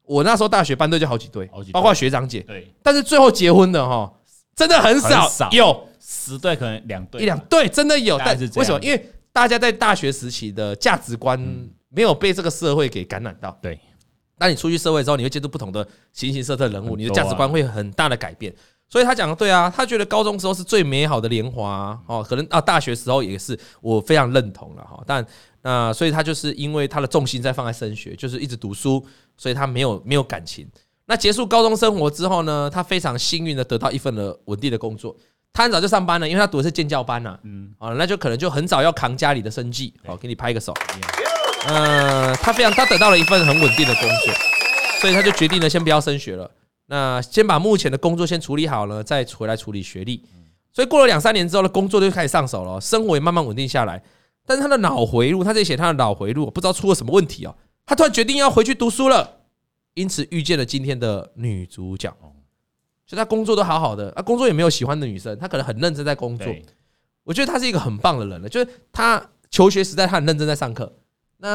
[SPEAKER 3] 我那时候大学班队就好几队
[SPEAKER 1] 好几，队
[SPEAKER 3] 包括学长姐，
[SPEAKER 1] 对，
[SPEAKER 3] 但是最后结婚的哈，真的很少，
[SPEAKER 1] 很少
[SPEAKER 3] 有
[SPEAKER 1] 十队可能两队吧
[SPEAKER 3] 一两对，真的有，
[SPEAKER 1] 大概
[SPEAKER 3] 但
[SPEAKER 1] 是这
[SPEAKER 3] 为什么？
[SPEAKER 1] 样
[SPEAKER 3] 因为大家在大学时期的价值观
[SPEAKER 1] 嗯
[SPEAKER 3] 没有被这个社会给感染到，
[SPEAKER 1] 对。
[SPEAKER 3] 当你出去社会之后，你会接触不同的形形色色的人
[SPEAKER 1] 很
[SPEAKER 3] 物，
[SPEAKER 1] 多啊
[SPEAKER 3] 你的价值观会很大的改变。所以他讲的对啊，他觉得高中时候是最美好的年华啊哦，可能啊大学时候也是，我非常认同了哈。但那、所以他就是因为他的重心在放在升学，就是一直读书，所以他没有没有感情。那结束高中生活之后呢，他非常幸运的得到一份的稳定的工作，他很早就上班了，因为他读的是建教班呐、啊，
[SPEAKER 1] 嗯，
[SPEAKER 3] 啊，那就可能就很早要扛家里的生计。好，给你拍一个手。嗯，他非常，他得到了一份很稳定的工作，所以他就决定了先不要升学了，那先把目前的工作先处理好了，再回来处理学历。
[SPEAKER 1] 嗯
[SPEAKER 3] 所以过了两三年之后呢，工作就开始上手了，生活也慢慢稳定下来。但是他的脑回路，他在写他的脑回路，不知道出了什么问题哦，他突然决定要回去读书了，因此遇见了今天的女主角
[SPEAKER 1] 哦。
[SPEAKER 3] 所以他工作都好好的，他工作也没有喜欢的女生，他可能很认真在工作，
[SPEAKER 1] 对，
[SPEAKER 3] 我觉得他是一个很棒的人了，就是他求学时代他很认真在上课，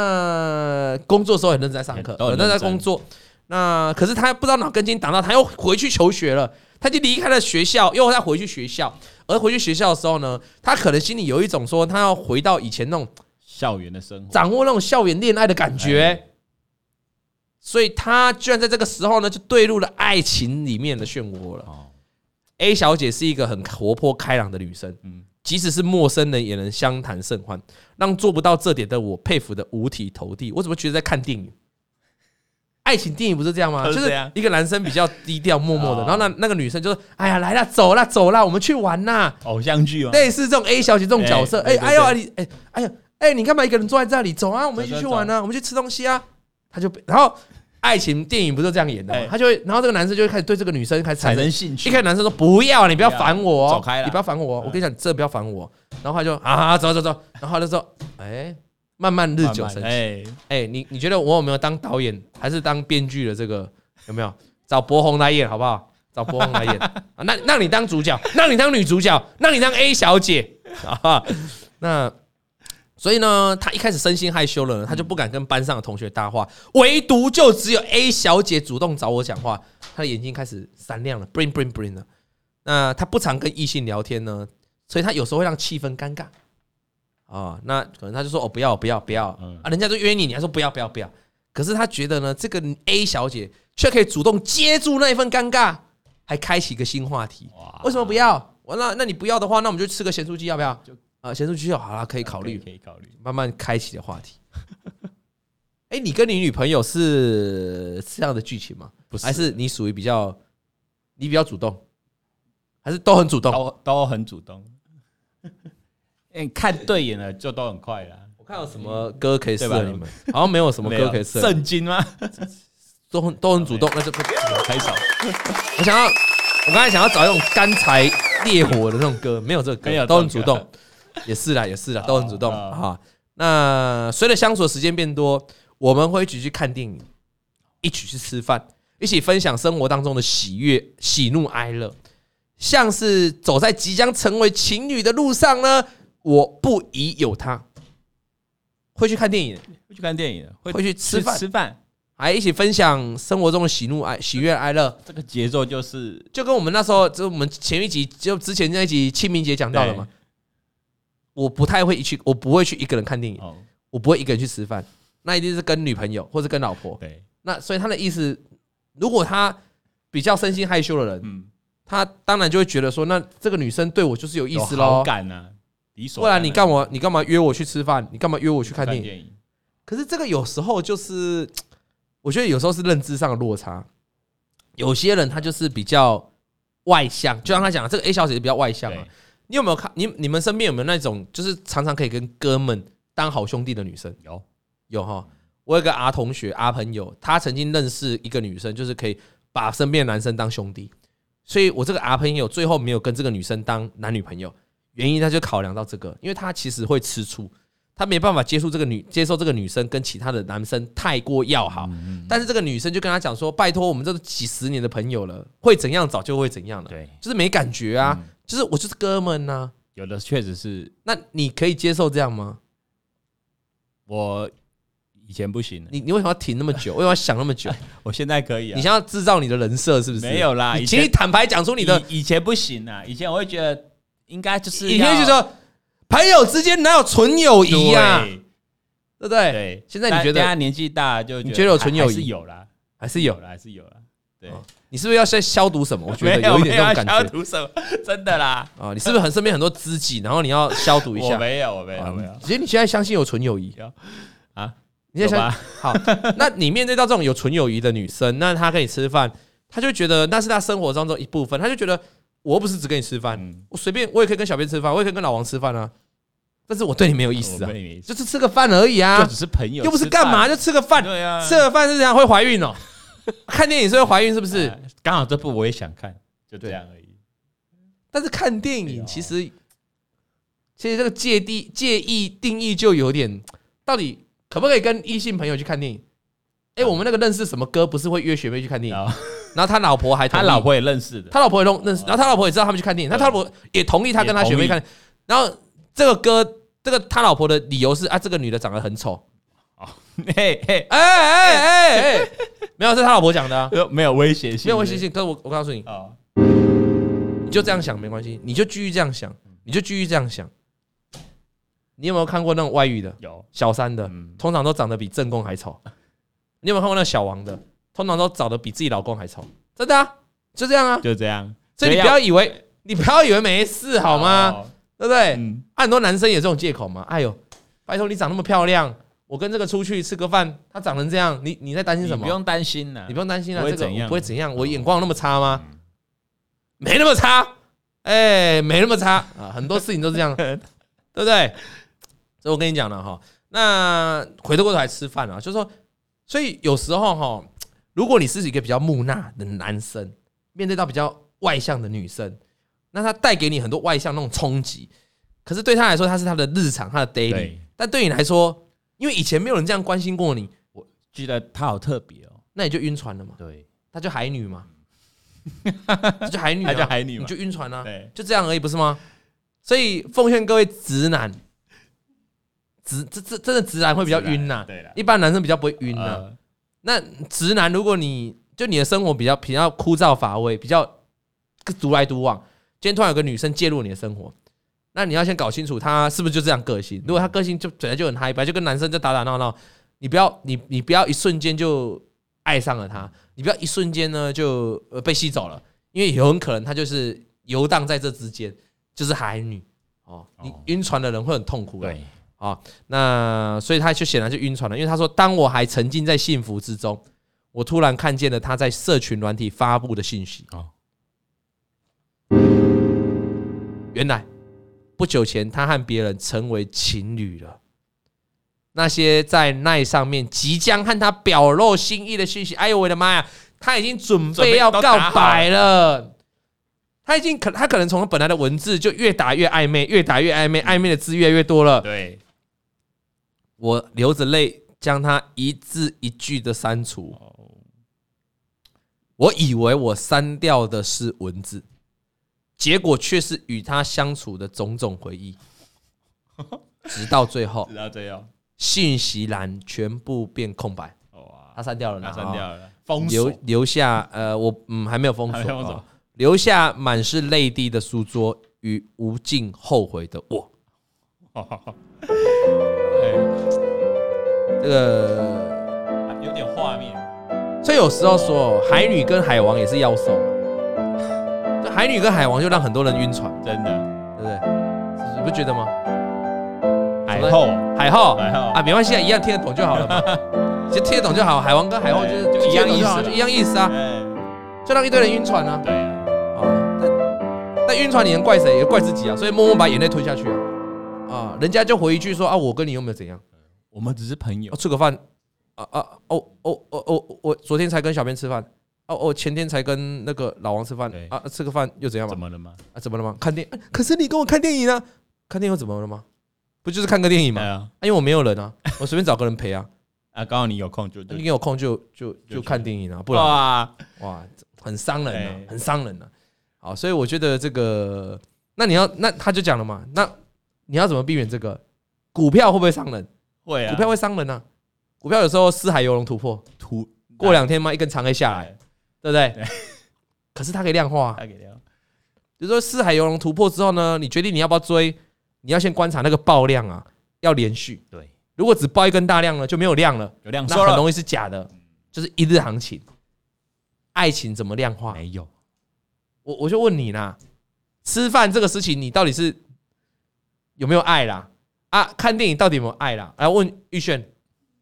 [SPEAKER 3] 那工作的时候很认真在上课，
[SPEAKER 1] 都很
[SPEAKER 3] 认真在
[SPEAKER 1] 认真
[SPEAKER 3] 工作。那可是他不知道脑根筋打到，他又回去求学了，他就离开了学校，又再回去学校。而回去学校的时候呢，他可能心里有一种说，他要回到以前那种
[SPEAKER 1] 校园的生活，
[SPEAKER 3] 掌握那种校园恋爱的感觉
[SPEAKER 1] 哎。
[SPEAKER 3] 所以他居然在这个时候呢，就坠入了爱情里面的漩涡了。
[SPEAKER 1] 哦，
[SPEAKER 3] A 小姐是一个很活泼开朗的女生，
[SPEAKER 1] 嗯
[SPEAKER 3] 即使是陌生人也能相谈甚欢，让做不到这点的我佩服的五体投地。我怎么觉得在看电影？爱情电影不是这样吗？
[SPEAKER 1] 都
[SPEAKER 3] 就是是
[SPEAKER 1] 这样
[SPEAKER 3] 一个男生比较低调默默的，
[SPEAKER 1] 哦
[SPEAKER 3] 然后那那个女生就是哎呀来啦，走啦，走啦，我们去玩啦。
[SPEAKER 1] 偶像剧吗？
[SPEAKER 3] 类似这种 A 小姐这种角色，哎
[SPEAKER 1] 哎对
[SPEAKER 3] 哎
[SPEAKER 1] 对
[SPEAKER 3] 呦你哎哎呦哎你干嘛一个人坐在这里？走啊，我们一起
[SPEAKER 1] 走
[SPEAKER 3] 去
[SPEAKER 1] 走
[SPEAKER 3] 玩啊，我们去吃东西啊。他就被然后爱情电影不是这样演的嘛
[SPEAKER 1] 哎，
[SPEAKER 3] 他就会然后这个男生就会开始对这个女生开始
[SPEAKER 1] 产
[SPEAKER 3] 产生
[SPEAKER 1] 生兴趣，
[SPEAKER 3] 一开始男生说不要，你不要
[SPEAKER 1] 不要
[SPEAKER 3] 烦我哦，
[SPEAKER 1] 走开啦嗯
[SPEAKER 3] 你不要烦我哦，我跟你讲，真的不要烦我。然后他就啊，走走走，然后他就说，哎，慢慢日久
[SPEAKER 1] 慢慢
[SPEAKER 3] 生情。
[SPEAKER 1] 哎，
[SPEAKER 3] 哎，你你觉得我有没有当导演还是当编剧的这个有没有？找博红来演好不好？找博红来演 啊，那让你当主角，让你当女主角，让你当 A 小姐啊。那所以呢，他一开始身心害羞了，他就不敢跟班上的同学搭话，唯独就只有 A 小姐主动找我讲话，他的眼睛开始闪亮了，bling bling bling 了。那他不常跟异性聊天呢，所以他有时候会让气氛尴尬。啊、那可能他就说哦，不要不要不要、
[SPEAKER 1] 嗯
[SPEAKER 3] 啊，人家就约你，你还说不要不要不要。可是他觉得呢，这个 A 小姐却可以主动接住那一份尴尬，还开启一个新话题。
[SPEAKER 1] 哇
[SPEAKER 3] 为什么不要？我那那你不要的话，那我们就吃个咸酥鸡，要不要
[SPEAKER 1] 就？
[SPEAKER 3] 啊，咸酥鸡好了，可以考虑。
[SPEAKER 1] 可以考虑，
[SPEAKER 3] 慢慢开启的话题。 哎、你跟你女朋友是是这样的剧情吗？
[SPEAKER 1] 不是
[SPEAKER 3] 还是你属于比较你比较主动，还是都很主动？
[SPEAKER 1] 都都很主动， 哎，看对眼了就都很快了，
[SPEAKER 3] 我看有什么歌可以适合
[SPEAKER 1] 对吧
[SPEAKER 3] 你们，好像没有什么
[SPEAKER 1] 没有
[SPEAKER 3] 歌可以适合你们，
[SPEAKER 1] 圣经吗？
[SPEAKER 3] 都很都很主动，那就不。
[SPEAKER 1] 很少，
[SPEAKER 3] 我想要，我刚才想要找一种干柴烈火的那种歌，没有这个歌，
[SPEAKER 1] 没有
[SPEAKER 3] 都很
[SPEAKER 1] 这
[SPEAKER 3] 主
[SPEAKER 1] 种
[SPEAKER 3] 动，也是啦，也是啦，都很主动
[SPEAKER 1] 哦
[SPEAKER 3] 啊。那随着相处的时间变多，我们会一起去看电影，一起去吃饭，一起分享生活当中的喜悦、喜怒哀乐，像是走在即将成为情侣的路上呢，我不疑有他，会去看电影，
[SPEAKER 1] 会去看电影，会
[SPEAKER 3] 会去吃饭，
[SPEAKER 1] 吃饭，
[SPEAKER 3] 还一起分享生活中的喜怒哀、喜悦哀乐。
[SPEAKER 1] 这个节奏就是
[SPEAKER 3] 就跟我们那时候，就我们前一集，就之前那一集清明节讲到了嘛。我不太会一去，我不会去一个人看电影，
[SPEAKER 1] 哦，
[SPEAKER 3] 我不会一个人去吃饭，那一定是跟女朋友或者跟老婆。
[SPEAKER 1] 对，
[SPEAKER 3] 那所以他的意思，如果他比较身心害羞的人，
[SPEAKER 1] 嗯，
[SPEAKER 3] 他当然就会觉得说，那这个女生对我就是有意
[SPEAKER 1] 有
[SPEAKER 3] 思
[SPEAKER 1] 好
[SPEAKER 3] 喽。
[SPEAKER 1] 感啊，理所
[SPEAKER 3] 不然你干嘛？你干嘛约我去吃饭？你干嘛约我去看电影？
[SPEAKER 1] 影？
[SPEAKER 3] 可是这个有时候就是，我觉得有时候是认知上的落差。有些人他就是比较外向，就像他讲的，这个 A 小姐比较外向啊
[SPEAKER 1] 对。
[SPEAKER 3] 你有没有看？你你们身边有没有那种就是常常可以跟哥们当好兄弟的女生？
[SPEAKER 1] 有，
[SPEAKER 3] 有哈，我有个 R 同学，R 朋友，他曾经认识一个女生，就是可以把身边的男生当兄弟。所以我这个 R 朋友最后没有跟这个女生当男女朋友，原因他就考量到这个，因为他其实会吃醋，他没办法接触这个女接受这个女生跟其他的男生太过要好。
[SPEAKER 1] 嗯，
[SPEAKER 3] 但是这个女生就跟他讲说：“拜托，我们这都几十年的朋友了，会怎样早就会怎样了，
[SPEAKER 1] 对，
[SPEAKER 3] 就是没感觉啊，
[SPEAKER 1] 嗯
[SPEAKER 3] 就是我就是哥们呐、
[SPEAKER 1] 有的确实是
[SPEAKER 3] 那你可以接受这样吗？
[SPEAKER 1] 我以前不行的，啊
[SPEAKER 3] 你你为什么要停那么久？为什么要想那么久？
[SPEAKER 1] 我现在可以啊
[SPEAKER 3] 你。想要制造你的人设是不是？
[SPEAKER 1] 哎没有啦
[SPEAKER 3] 你
[SPEAKER 1] 以
[SPEAKER 3] 请
[SPEAKER 1] 前
[SPEAKER 3] 你坦白讲出你的，
[SPEAKER 1] 以以前不行啊，以前我会觉得应该就是啊
[SPEAKER 3] 你可以就说朋友之间哪有纯友谊呀、啊，对不对？
[SPEAKER 1] 对，
[SPEAKER 3] 现在你觉得
[SPEAKER 1] 但现在年纪大就
[SPEAKER 3] 你觉得有纯
[SPEAKER 1] 还
[SPEAKER 3] 友谊
[SPEAKER 1] 还是有啦，
[SPEAKER 3] 还是有。
[SPEAKER 1] 啦，还是有啦。对，
[SPEAKER 3] 哦你是不是要在消毒什么？我觉 得
[SPEAKER 1] 没有
[SPEAKER 3] 有一点那种感
[SPEAKER 1] 没有要
[SPEAKER 3] 觉
[SPEAKER 1] 读什么？真的啦，
[SPEAKER 3] 啊！你是不是很身边很多知己，然后你要消毒一
[SPEAKER 1] 我
[SPEAKER 3] 下？
[SPEAKER 1] 没有，我没有，
[SPEAKER 3] 啊
[SPEAKER 1] 我没有
[SPEAKER 3] 其实你现在相信有纯友谊
[SPEAKER 1] 有啊？
[SPEAKER 3] 你现在
[SPEAKER 1] 有
[SPEAKER 3] 相
[SPEAKER 1] 吧
[SPEAKER 3] 好？那你面对到这种有纯友谊的女生，那她跟你吃饭，她就觉得那是她生活当中一部分，她就觉得我又不是只跟你吃饭，
[SPEAKER 1] 嗯，
[SPEAKER 3] 我随便我也可以跟小编吃饭，我也可以跟老王吃饭啊，但是我对你没有意
[SPEAKER 1] 意
[SPEAKER 3] 思啊，
[SPEAKER 1] 意思
[SPEAKER 3] 就是吃个饭而已
[SPEAKER 1] 就
[SPEAKER 3] 啊
[SPEAKER 1] 只，是朋友，
[SPEAKER 3] 又不是干嘛就吃个
[SPEAKER 1] 吃饭？
[SPEAKER 3] 饭，
[SPEAKER 1] 对啊，
[SPEAKER 3] 吃了饭是怎样会怀孕哦？看电影是会怀孕是不是？
[SPEAKER 1] 哎刚好这部我也想看，就这样而已。
[SPEAKER 3] 但是看电
[SPEAKER 1] 对
[SPEAKER 3] 影
[SPEAKER 1] 哦
[SPEAKER 3] 其实，其实这个芥蒂介意定义就有点，到底可不可以跟异性朋友去看电影？
[SPEAKER 1] 啊
[SPEAKER 3] 哎、我们那个认识什么哥不是会约学妹去看电影，
[SPEAKER 1] 然后
[SPEAKER 3] 然后他老婆还同
[SPEAKER 1] 他
[SPEAKER 3] 意
[SPEAKER 1] 老婆也哦认识的，
[SPEAKER 3] 他老婆也弄认识，然后他老婆也知道他们去看电影，
[SPEAKER 1] 对
[SPEAKER 3] 他他老婆也同意他跟他学妹看，然后这个哥这个他老婆的理由是啊，这个女的长得很丑。
[SPEAKER 1] 嘿嘿，
[SPEAKER 3] 哎哎哎 哎，没有，是他老婆讲的、啊，
[SPEAKER 1] 呃没有威胁性，
[SPEAKER 3] 没有关系。可是我我告诉你，
[SPEAKER 1] 啊。
[SPEAKER 3] 你就这样想没关系，你就继续这样想，你就继续这样想。你有没有看过那种外遇的
[SPEAKER 1] 有，
[SPEAKER 3] 小三的？
[SPEAKER 1] 嗯，
[SPEAKER 3] 通常都长得比正宫还丑。你有没有看过那小王的？通常都长得比自己老公还丑，真的啊，就这样啊。
[SPEAKER 1] 就这样。
[SPEAKER 3] 所以你不要以为你不要以为没事好吗？？对不对？
[SPEAKER 1] 哦嗯，
[SPEAKER 3] 啊很多男生也有这种借口嘛。哎呦，拜托你长那么漂亮，我跟这个出去吃个饭，她长成这样，你你在担心
[SPEAKER 1] 你
[SPEAKER 3] 什么？
[SPEAKER 1] 不用担心了，
[SPEAKER 3] 你不用担心啊，
[SPEAKER 1] 不会
[SPEAKER 3] 这个
[SPEAKER 1] 怎样嗯
[SPEAKER 3] 我不会怎样，我眼光有那么差吗？没那么差，哎、没那么差啊，很多事情都是这 样，对不对？所以我跟你讲了哈，那回头过头来吃饭啊，就是说，所以有时候哈，如果你是一个比较木讷的男生，面对到比较外向的女生，那她带给你很多外向那种冲击，可是对她来说，她是她的日常，她的 daily，
[SPEAKER 1] 对，
[SPEAKER 3] 但对你来说，因为以前没有人这样关心过你，
[SPEAKER 1] 觉得他好特别哦。
[SPEAKER 3] 那你就晕船了嘛。
[SPEAKER 1] 对，
[SPEAKER 3] 她就海女 嘛，她就海女、啊，
[SPEAKER 1] 他叫海女
[SPEAKER 3] 你
[SPEAKER 1] 嘛
[SPEAKER 3] 就。晕船啊，
[SPEAKER 1] 对，
[SPEAKER 3] 就这样而已，不是吗？所以奉劝各位直男，直这这真的直男会比较晕呐、
[SPEAKER 1] 对了，
[SPEAKER 3] 一般男生比较不会啊晕呐、
[SPEAKER 1] 呃
[SPEAKER 3] 那直男，如果你就你的生活比较比较枯燥乏味，比较独来独往，今天突然有个女生介入你的生活，那你要先搞清楚她是不是就这样个性。如果她个性就本来就很嗨白，就跟男生就打打闹闹，你不要你你不要一瞬间就爱上了她，你不要一瞬间呢就呃被吸走了，因为有很可能她就是游荡在这之间，就是海女哦。你
[SPEAKER 1] 哦
[SPEAKER 3] 晕船的人会很痛苦的。
[SPEAKER 1] 对，
[SPEAKER 3] 那所以他就显然就晕船了，因为他说：“当我还沉浸在幸福之中，我突然看见了他在社群软体发布的信息。”
[SPEAKER 1] 哦
[SPEAKER 3] 原来不久前他和别人成为情侣了。那些在奈上面即将和他表露心意的信息，哎呦我的妈呀，他已经准备要告白了。他已经可他可能从本来的文字就越打越暧昧，越打越暧昧，暧昧的字越来越多了。
[SPEAKER 1] 对，
[SPEAKER 3] 我流着泪将它一字一句的删除。
[SPEAKER 1] 哦，
[SPEAKER 3] 我以为我删掉的是文字，结果却是与他相处的种种 回忆。直到最后
[SPEAKER 1] 直，到这样，
[SPEAKER 3] 信息栏全部变空白，
[SPEAKER 1] 哇
[SPEAKER 3] 他，删掉了呢，
[SPEAKER 1] 他删
[SPEAKER 3] 哦，
[SPEAKER 1] 掉了，封
[SPEAKER 3] 留
[SPEAKER 1] 锁，
[SPEAKER 3] 留下呃，我嗯还没有封锁，
[SPEAKER 1] 还没封锁
[SPEAKER 3] 哦留下满是泪滴的书桌与无尽后悔的我。
[SPEAKER 1] 哎
[SPEAKER 3] 这个，
[SPEAKER 1] 有点画面，
[SPEAKER 3] 所以有时候说海女跟海王也是妖兽，这海女跟海 王就让很多人晕船。
[SPEAKER 1] 真的，
[SPEAKER 3] 对不对？是你不觉得吗？
[SPEAKER 1] 海后，
[SPEAKER 3] 海后
[SPEAKER 1] 海后
[SPEAKER 3] 啊，没关系，啊，一样听得懂就好了嘛。其实听得懂就好，海王跟海后就是
[SPEAKER 1] 对
[SPEAKER 3] 就
[SPEAKER 1] 一样
[SPEAKER 3] 听得懂就好
[SPEAKER 1] 意思
[SPEAKER 3] 就
[SPEAKER 1] 啊
[SPEAKER 3] 一样意思啊，
[SPEAKER 1] 哎，
[SPEAKER 3] 就让一堆人晕船啊。
[SPEAKER 1] 对啊，
[SPEAKER 3] 哦，但但晕船你能怪谁？也怪自己啊，所以默默把眼泪吞下去啊。啊，人家就回一句说啊，我跟你又没有怎样，
[SPEAKER 1] 我们只是朋友
[SPEAKER 3] 哦，，吃个饭啊啊哦哦哦哦，我昨天才跟小编吃饭，哦哦，前天才跟那个老王吃饭
[SPEAKER 1] 对
[SPEAKER 3] 啊，吃个饭又怎样嘛
[SPEAKER 1] 怎？么了吗？
[SPEAKER 3] 啊，怎么了吗？看电，哎可是你跟我看电影啊，看电影又怎么了吗？不就是看个电影吗
[SPEAKER 1] 对？啊，
[SPEAKER 3] 啊因为我没有人啊，我随便找个人陪啊，
[SPEAKER 1] 啊，刚好你有空就
[SPEAKER 3] 那
[SPEAKER 1] 就
[SPEAKER 3] 你有空就就
[SPEAKER 1] 就
[SPEAKER 3] 就看电影啊，不然
[SPEAKER 1] 哇，
[SPEAKER 3] 哇，很伤人啊
[SPEAKER 1] 哎，
[SPEAKER 3] 很伤人啊。好，所以我觉得这个，那你要那他就讲了嘛，那你要怎么避免这个？股票会不会伤人？
[SPEAKER 1] 会啊，
[SPEAKER 3] 股票会伤人啊，股票有时候四海游龙突破，
[SPEAKER 1] 突
[SPEAKER 3] 过两天嘛一根长黑下来，
[SPEAKER 1] 哎
[SPEAKER 3] 对不对
[SPEAKER 1] 对？
[SPEAKER 3] 可是它可以量化啊，
[SPEAKER 1] 他给哦掉，
[SPEAKER 3] 比如说四海游龙突破之后呢，你决定你要不要追，你要先观察那个爆量啊，要连续。
[SPEAKER 1] 对，
[SPEAKER 3] 如果只爆一根大量呢，就没有量了。
[SPEAKER 1] 有量
[SPEAKER 3] 那
[SPEAKER 1] 说
[SPEAKER 3] 很
[SPEAKER 1] 了嗯
[SPEAKER 3] 容易是假的，就是一日行情。爱情怎么量化？
[SPEAKER 1] 没有，
[SPEAKER 3] 我我就问你啦，吃饭这个事情，你到底是有没有爱啦？啊，看电影到底有没有爱啦？来问玉轩，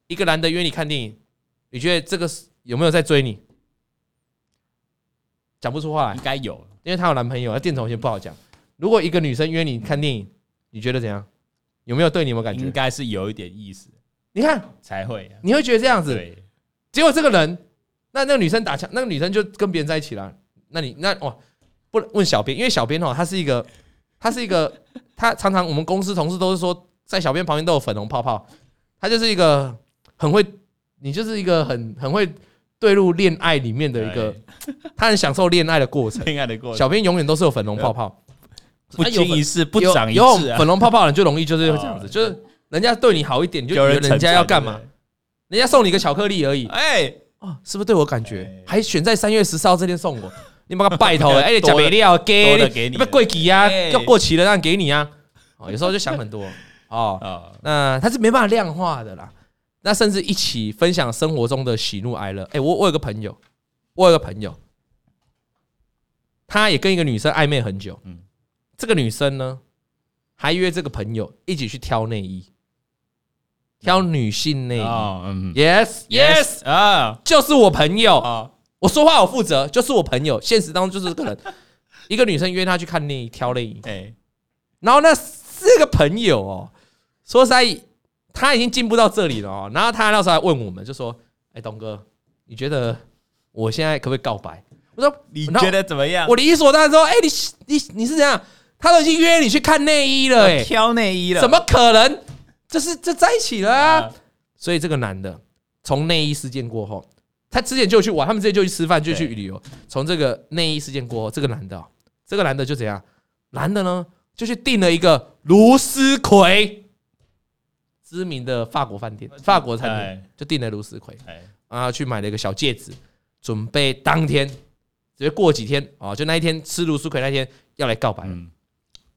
[SPEAKER 3] 一个男的约你看电影，你觉得这个是有没有在追你？讲不出话来
[SPEAKER 1] 应，该有，
[SPEAKER 3] 因为她有男朋友，那电头先不好讲。如果一个女生约你看电影，你觉得怎样？有没有对你有没有感
[SPEAKER 1] 应
[SPEAKER 3] 觉？
[SPEAKER 1] 该是有一点意思
[SPEAKER 3] 你看，
[SPEAKER 1] 才会啊，
[SPEAKER 3] 你会觉得这样子，
[SPEAKER 1] 对，
[SPEAKER 3] 结果这个人，那那个女生打枪，那个女生就跟别人在一起了。那你那哇，不能问小编，因为小编哦，他是一个，他是一个，他常常我们公司同事都是说，在小编旁边都有粉红泡泡，他就是一个很会，你就是一个很很会对入恋爱里面的一个，他很享受恋爱的过程。
[SPEAKER 1] 恋爱的过程，
[SPEAKER 3] 啊
[SPEAKER 1] 啊
[SPEAKER 3] 小编永远都是有粉红泡泡，
[SPEAKER 1] 不经一事不长一
[SPEAKER 3] 有有
[SPEAKER 1] 智啊
[SPEAKER 3] 粉，红泡泡的人就容易就是会这样子，
[SPEAKER 1] 哦
[SPEAKER 3] 就是人家对你好一点，你就觉
[SPEAKER 1] 有
[SPEAKER 3] 得
[SPEAKER 1] 人
[SPEAKER 3] 人家要干嘛
[SPEAKER 1] 成？
[SPEAKER 3] 人家送你一个巧克力而已
[SPEAKER 1] 长？，哎，
[SPEAKER 3] 哦，是不是对我感觉
[SPEAKER 1] 哎？
[SPEAKER 3] 还选在三月十四号这天送我， 你把个拜 托了，哎，你
[SPEAKER 1] 多
[SPEAKER 3] 假
[SPEAKER 1] 了
[SPEAKER 3] 没料，给
[SPEAKER 1] 多了给你
[SPEAKER 3] 不贵期啊，
[SPEAKER 1] 哎
[SPEAKER 3] 要过期了让给你啊。哦，有时候就想很多哦，
[SPEAKER 1] 啊，
[SPEAKER 3] 那它是没办法量化的啦。那甚至一起分享生活中的喜怒哀乐。哎，我我有个朋友，我有个朋友，他也跟一个女生暧昧很久，嗯
[SPEAKER 1] 嗯，
[SPEAKER 3] 这个女生呢还约这个朋友一起去挑内衣，挑女性内衣。
[SPEAKER 1] 哦，嗯
[SPEAKER 3] Yes, 哎 yes，
[SPEAKER 1] 啊
[SPEAKER 3] 就是我朋友
[SPEAKER 1] 啊，
[SPEAKER 3] 我说话我负责，就是我朋友，现实当中就是这个 人。一个女生约他去看内衣，挑内衣，
[SPEAKER 1] 哎，
[SPEAKER 3] 然后那四个朋友哦，说实在，他已经进步到这里了哦。然后他那时候还问我们，就说：“哎、东哥，你觉得我现在可不可以告白？”我说：“
[SPEAKER 1] 你
[SPEAKER 3] 然后
[SPEAKER 1] 觉得怎么样？
[SPEAKER 3] 我理所当然说，哎、你你你是怎样？他都已经约你去看内衣了、哎、
[SPEAKER 1] 挑内衣了，
[SPEAKER 3] 怎么可能？这是这在一起了啊！
[SPEAKER 1] 啊？
[SPEAKER 3] 所以这个男的从内衣事件过后，他之前就有去玩，他们之前就去吃饭，就去旅游。从这个内衣事件过后，这个男的哦、这个男的就怎样？男的呢，就去订了一个卢思奎，知名的法国饭店、法国餐厅
[SPEAKER 1] 哎，
[SPEAKER 3] 就订了卢思奎
[SPEAKER 1] 哎，
[SPEAKER 3] 啊，去买了一个小戒指，准备当天，直接过几天啊，哦就那一天吃卢思奎那天要来告白了。
[SPEAKER 1] 嗯，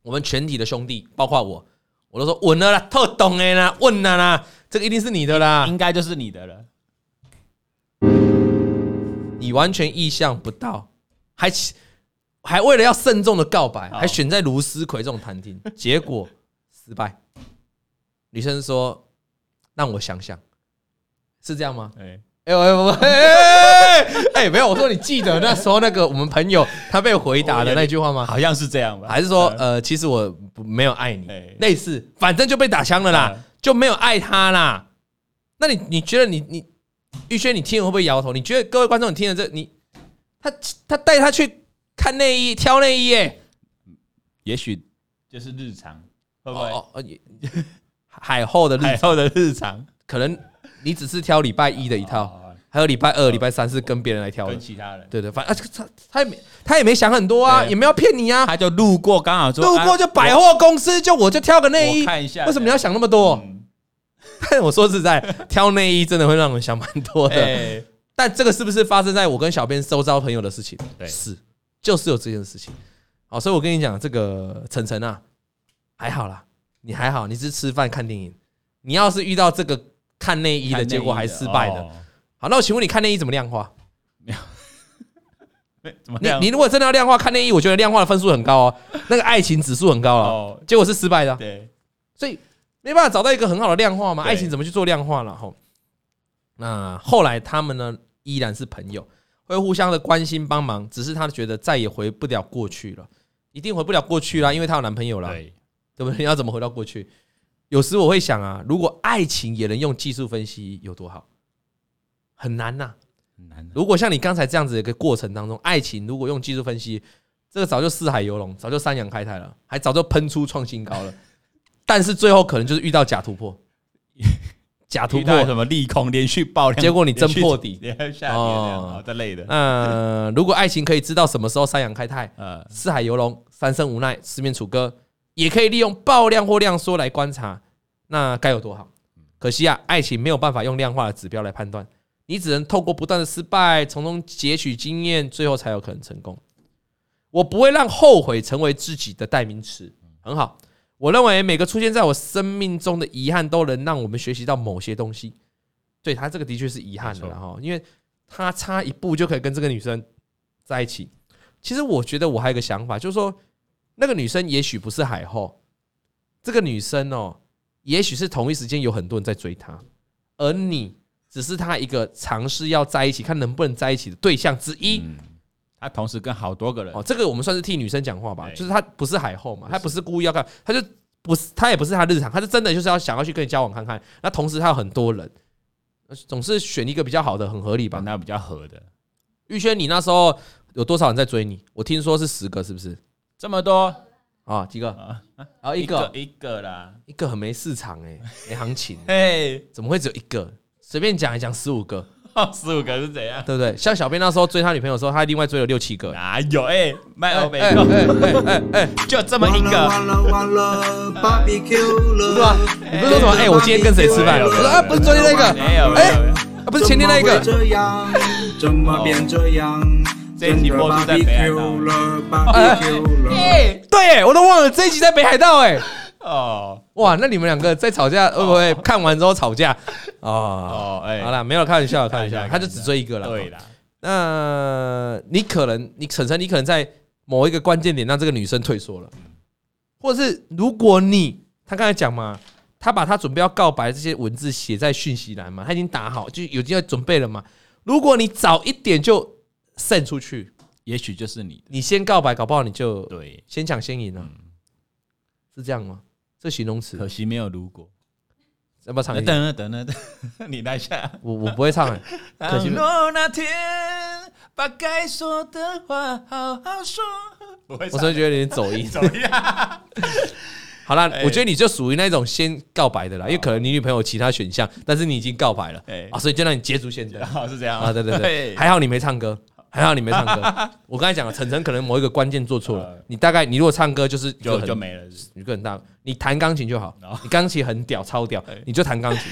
[SPEAKER 3] 我们全体的兄弟，包括我，我都说稳了啦，特懂哎啦，稳了啦，这个一定是你的啦。
[SPEAKER 1] 应该就是你的了。
[SPEAKER 3] 你完全意想不到，还起还为了要慎重的告白，
[SPEAKER 1] 好
[SPEAKER 3] 还选在卢思奎这种 餐厅，结果失败。女生说：“让我想想，是这样吗
[SPEAKER 1] 哎，？”
[SPEAKER 3] 哎呦哎呦哎哎哎哎，没有，我说你记得那时候那个我们朋友他被回答的那句话吗？
[SPEAKER 1] 好像是这样吧？
[SPEAKER 3] 还是说
[SPEAKER 1] 嗯
[SPEAKER 3] 呃，其实我不没有爱你
[SPEAKER 1] 哎，
[SPEAKER 3] 类似，反正就被打枪了啦
[SPEAKER 1] 嗯，
[SPEAKER 3] 就没有爱他啦。那你你觉得你你玉轩，你听了会不会摇头？你觉得各位观众，你听了这你他他带他去看内衣，挑内衣耶，
[SPEAKER 1] 也许就是日常，会不会
[SPEAKER 3] 哦哦，也海后的日
[SPEAKER 1] 海
[SPEAKER 3] 子，
[SPEAKER 1] 后的日常？
[SPEAKER 3] 可能你只是挑礼拜一的一套，
[SPEAKER 1] 哦
[SPEAKER 3] 还有礼拜二、礼拜三是跟别人来挑的
[SPEAKER 1] 跟。其他人，
[SPEAKER 3] 对对，反正、啊、他他也没他也没想很多啊，
[SPEAKER 1] 对
[SPEAKER 3] 也没有骗你啊，
[SPEAKER 1] 他就路过，刚好说
[SPEAKER 3] 路过就百货公司就我就挑个内
[SPEAKER 1] 内
[SPEAKER 3] 衣
[SPEAKER 1] 衣，看一下，
[SPEAKER 3] 为什么你要想那么多？
[SPEAKER 1] 嗯
[SPEAKER 3] 但 我说实在，挑内衣真的会让人想蛮多的。
[SPEAKER 1] 哎，
[SPEAKER 3] 但这个是不是发生在我跟小编收招朋友的事情？
[SPEAKER 1] 对
[SPEAKER 3] 是，就是有这件事情。好，所以我跟你讲，这个晨晨啊，还好啦，你还好，你只是吃饭看电影。你要是遇到这个看内衣的结果还失败的，
[SPEAKER 1] 哦
[SPEAKER 3] 好，那我请问你看内衣怎么量化？
[SPEAKER 1] 哎 怎么
[SPEAKER 3] 你
[SPEAKER 1] 样？
[SPEAKER 3] 你如果真的要量化看内衣，我觉得量化的分数很高 哦，那个爱情指数很高哦，
[SPEAKER 1] 哦，
[SPEAKER 3] 结果是失败的啊、
[SPEAKER 1] 对，
[SPEAKER 3] 所以没办法找到一个很好的量化嘛，
[SPEAKER 1] 对
[SPEAKER 3] 爱情怎么去做量化了？吼，那后来他们呢依然是朋友，会互相的关心帮忙，只是她觉得再也回不了过去了，一定回不了过去啦，因为她有男朋友啦，
[SPEAKER 1] 嗯对，
[SPEAKER 3] 对不对？你要怎么回到过去？有时我会想啊，如果爱情也能用技术分析，有多好？很难呐、
[SPEAKER 1] 很难啊的。
[SPEAKER 3] 如果像你刚才这样子的一个过程当中，爱情如果用技术分析，这个早就四海游龙，早就三阳开泰了，还早就喷出创新高了。但是最后可能就是遇到假 突破，假突
[SPEAKER 1] 遇到
[SPEAKER 3] 破。
[SPEAKER 1] 什么利空连续爆量，
[SPEAKER 3] 结果你真破底
[SPEAKER 1] 连续下跌
[SPEAKER 3] 哦
[SPEAKER 1] 这样哦，这类的，
[SPEAKER 3] 嗯、如果爱情可以知道什么时候三阳开泰，
[SPEAKER 1] 呃，
[SPEAKER 3] 四海游龙，三生无奈，四面楚歌，也可以利用爆量或量缩来观察，那该有多好！可惜啊，爱情没有办法用量化的指标来判断，你只能透过不断的失败，从中截取经验，最后才有可能成功。我不会让后悔成为自己的代名词，很好。我认为每个出现在我生命中的遗憾，都能让我们学习到某些东西。对他这个的确是遗憾的啦，然后因为他差一步就可以跟这个女生在一起。其实我觉得我还有一个想法，就是说那个女生也许不是海后，这个女生哦，也许是同一时间有很多人在追她，而你只是她一个尝试要在一起，看能不能在一起的对象之一。
[SPEAKER 1] 嗯，他同时跟好多个人
[SPEAKER 3] 哦，，这个我们算是替女生讲话吧，
[SPEAKER 1] 对
[SPEAKER 3] 就是她不是海后嘛，她不是故意要看，她就不是，她也不是她日常，她是真的就是要想要去跟你交往看看。那同时她有很多人，呃总是选一个比较好的，很合理吧
[SPEAKER 1] 把？那比较合的，
[SPEAKER 3] 玉轩，你那时候有多少人在追你？我听说是十个，是不是？
[SPEAKER 1] 这么多，
[SPEAKER 3] 啊，几个？
[SPEAKER 1] 啊
[SPEAKER 3] 然后一个，
[SPEAKER 1] 一个啦，，
[SPEAKER 3] 一个很没市场哎、没行情
[SPEAKER 1] 嘿，
[SPEAKER 3] 怎么会只有一个？随便讲一讲十五个，
[SPEAKER 1] 哦十五个是怎样？
[SPEAKER 3] 对不对？像小编那时候追他女朋友的时候，他另外追了六七个。
[SPEAKER 1] 哪有？哎，卖欧美
[SPEAKER 3] 哎
[SPEAKER 1] 豆
[SPEAKER 3] 哎哎哎哎，
[SPEAKER 1] 就这么一个，
[SPEAKER 5] 完了完了，barbecue 了，
[SPEAKER 3] 对吧？你不是说什么？哎，我今天跟谁吃
[SPEAKER 5] 哎
[SPEAKER 3] 饭？
[SPEAKER 5] 呦
[SPEAKER 3] 我说啊，不是昨天那个，
[SPEAKER 1] 没有没有没有。
[SPEAKER 3] 啊，不是前天那
[SPEAKER 5] 怎么
[SPEAKER 3] 个。
[SPEAKER 5] 会这样，怎么变这样？
[SPEAKER 1] 这一集播出在北海道
[SPEAKER 5] barbecue 了，barbecue 了，
[SPEAKER 1] 哎
[SPEAKER 3] 对，哎我都忘了这一集在北海道哎。
[SPEAKER 1] 哦
[SPEAKER 3] 哇，那你们两个在吵架，会不会看完之后吵 架？哦，
[SPEAKER 1] 哦哎，
[SPEAKER 3] 好啦，没有开玩笑，开玩
[SPEAKER 1] 看
[SPEAKER 3] 笑
[SPEAKER 1] 一，下
[SPEAKER 3] 他就只追一个了。
[SPEAKER 1] 对啦，
[SPEAKER 3] 那你可能，你晨晨，你可能在某一个关键点让这个女生退缩了，或者是如果你，他刚才讲嘛，他把他准备要告白这些文字写在讯息栏嘛，他已经打好，就有已经要准备了嘛。如果你早一点就 send 出去，
[SPEAKER 1] 也许就是你的
[SPEAKER 3] 你先告白，搞不好你就
[SPEAKER 1] 对，
[SPEAKER 3] 先抢先赢了，是这样吗？这形容词
[SPEAKER 1] 可惜没有如果。
[SPEAKER 3] 要不要唱一
[SPEAKER 1] 等
[SPEAKER 3] 下？
[SPEAKER 1] 等等等 等，你来一下。
[SPEAKER 3] 我我不会唱、 欸，可惜没
[SPEAKER 1] 若那天把该说的话好好说，我会
[SPEAKER 3] 我真的觉得有点走音。
[SPEAKER 1] 怎么样？
[SPEAKER 3] 好啦，
[SPEAKER 1] 哎哦
[SPEAKER 3] 我觉得你就属于那种先告白的啦，因为可能你女朋友有其他选项，但是你已经告白了
[SPEAKER 1] 哎
[SPEAKER 3] 啊，所以就让你捷足先登
[SPEAKER 1] 好哦是这样
[SPEAKER 3] 啊！对对对，还好你没唱歌，还好你没唱 歌。我刚才讲了，晨晨可能某一个关键做错了
[SPEAKER 1] 呃，
[SPEAKER 3] 你大概你如果唱歌就是
[SPEAKER 1] 就就
[SPEAKER 3] 很
[SPEAKER 1] 没了，是
[SPEAKER 3] 你个很大，你弹钢琴就好
[SPEAKER 1] 哦，
[SPEAKER 3] 你钢琴很屌超屌
[SPEAKER 1] 哎，
[SPEAKER 3] 你就弹钢 琴，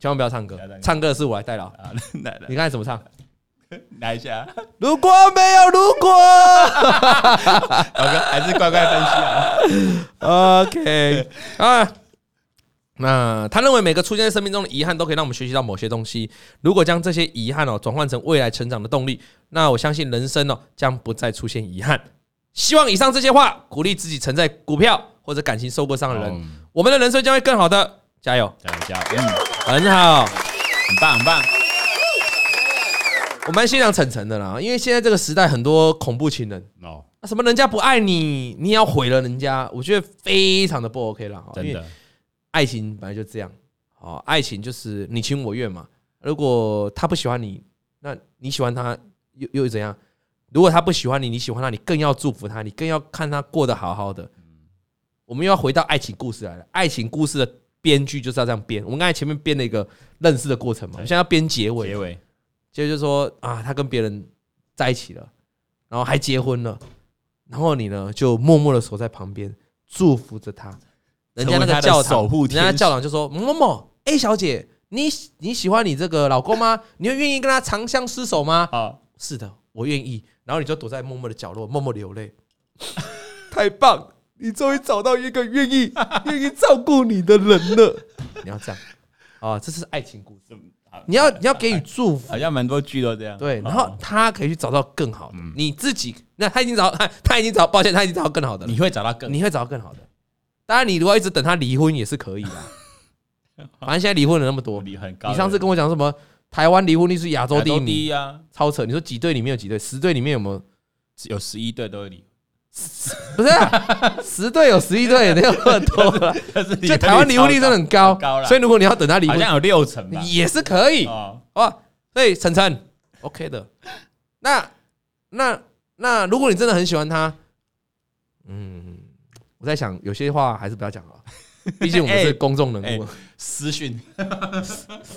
[SPEAKER 3] 千万不要唱歌
[SPEAKER 1] 不要唱，歌
[SPEAKER 3] 唱歌的是我来代劳。
[SPEAKER 1] 啊， 来
[SPEAKER 3] 你
[SPEAKER 1] 来
[SPEAKER 3] 刚才怎么唱？
[SPEAKER 1] 来一下，
[SPEAKER 3] 如果没有如果。
[SPEAKER 1] 老哥还是乖乖分析啊。
[SPEAKER 3] OK 啊，那他认为每个出现在生命中的遗憾都可以让我们学习到某些东西。如果将这些遗憾哦转换成未来成长的动力，那我相信人生哦将不再出现遗憾。希望以上这些话鼓励自己曾在股票或者感情受过伤的人，
[SPEAKER 1] 嗯
[SPEAKER 3] 我们的人生将会更好的。加油，
[SPEAKER 1] 加油加油，嗯，
[SPEAKER 3] 很好。
[SPEAKER 1] 很棒很棒，
[SPEAKER 3] 我蛮欣赏晨晨的啦，因为现在这个时代很多恐怖情人，
[SPEAKER 1] 哦，
[SPEAKER 3] 啊什么人家不爱你，你也要毁了人家，我觉得非常的不 OK 啦。哦因
[SPEAKER 1] 真
[SPEAKER 3] 为
[SPEAKER 1] 的，
[SPEAKER 3] 爱情本来就这样，哦，爱情就是你情我愿嘛。如果他不喜欢你，那你喜欢他又又怎样？如果他不喜欢你，你喜欢他，你更要祝福他，你更要看他过得好好的。我们又要回到爱情故事来了，爱情故事的编剧就是要这样编。我们刚才前面编了一个认识的过程嘛，我们现在要编结尾
[SPEAKER 1] 结，尾
[SPEAKER 3] 结果就说啊，他跟别人在一起了，然后还结婚了，然后你呢就默默的守在旁边祝福着他。人家那
[SPEAKER 1] 成为
[SPEAKER 3] 个
[SPEAKER 1] 他的
[SPEAKER 3] 教堂
[SPEAKER 1] 守，护
[SPEAKER 3] 人
[SPEAKER 1] 天
[SPEAKER 3] 家
[SPEAKER 1] 使
[SPEAKER 3] 教堂就说某某某 A 小姐，你你喜欢你这个老公吗？你会愿意跟他长相厮守吗？
[SPEAKER 1] 好，
[SPEAKER 3] 是的，我愿意。然后你就躲在默默的角落，默默流泪。 太棒，你终于找到一个愿意愿意照顾你的人了。 你要这样啊，这是爱情故事。你要你要给予祝福
[SPEAKER 1] 嗯好，像蛮多剧都这样。
[SPEAKER 3] 对，然
[SPEAKER 1] 哦
[SPEAKER 3] 后他可以去找到更好
[SPEAKER 1] 嗯
[SPEAKER 3] 的。你自己，那他已经找他他已经找，抱歉，他已经找到更好的了。
[SPEAKER 1] 你会找到更
[SPEAKER 3] 你会找到更好的。当然，你如果一直等他离婚也是可以的。 反正现在离婚的人那么多，
[SPEAKER 1] 你很高的。
[SPEAKER 3] 你上次跟我讲什么台湾离婚率是亚洲第一
[SPEAKER 1] 都
[SPEAKER 3] 名，
[SPEAKER 1] 低啊，
[SPEAKER 3] 超扯！你说几对里面有几对？十对里面有没有？
[SPEAKER 1] 有十一队都有你，
[SPEAKER 3] 不是啊、十对有十一对，没有那么多了。
[SPEAKER 1] 但是 你
[SPEAKER 3] 就台湾离婚率真的很高，
[SPEAKER 1] 很高啦
[SPEAKER 3] 所以如果你要等他离
[SPEAKER 1] 好
[SPEAKER 3] 婚
[SPEAKER 1] 像有六成吧？
[SPEAKER 3] 也是可以。
[SPEAKER 1] 哦，
[SPEAKER 3] 哇，所以晨晨 OK 的。 那那那，如果你真的很喜欢他，嗯，我在想有些话还是不要讲 了，毕竟我们是
[SPEAKER 1] 哎
[SPEAKER 3] 公众人
[SPEAKER 1] 哎
[SPEAKER 3] 物。
[SPEAKER 1] 私讯，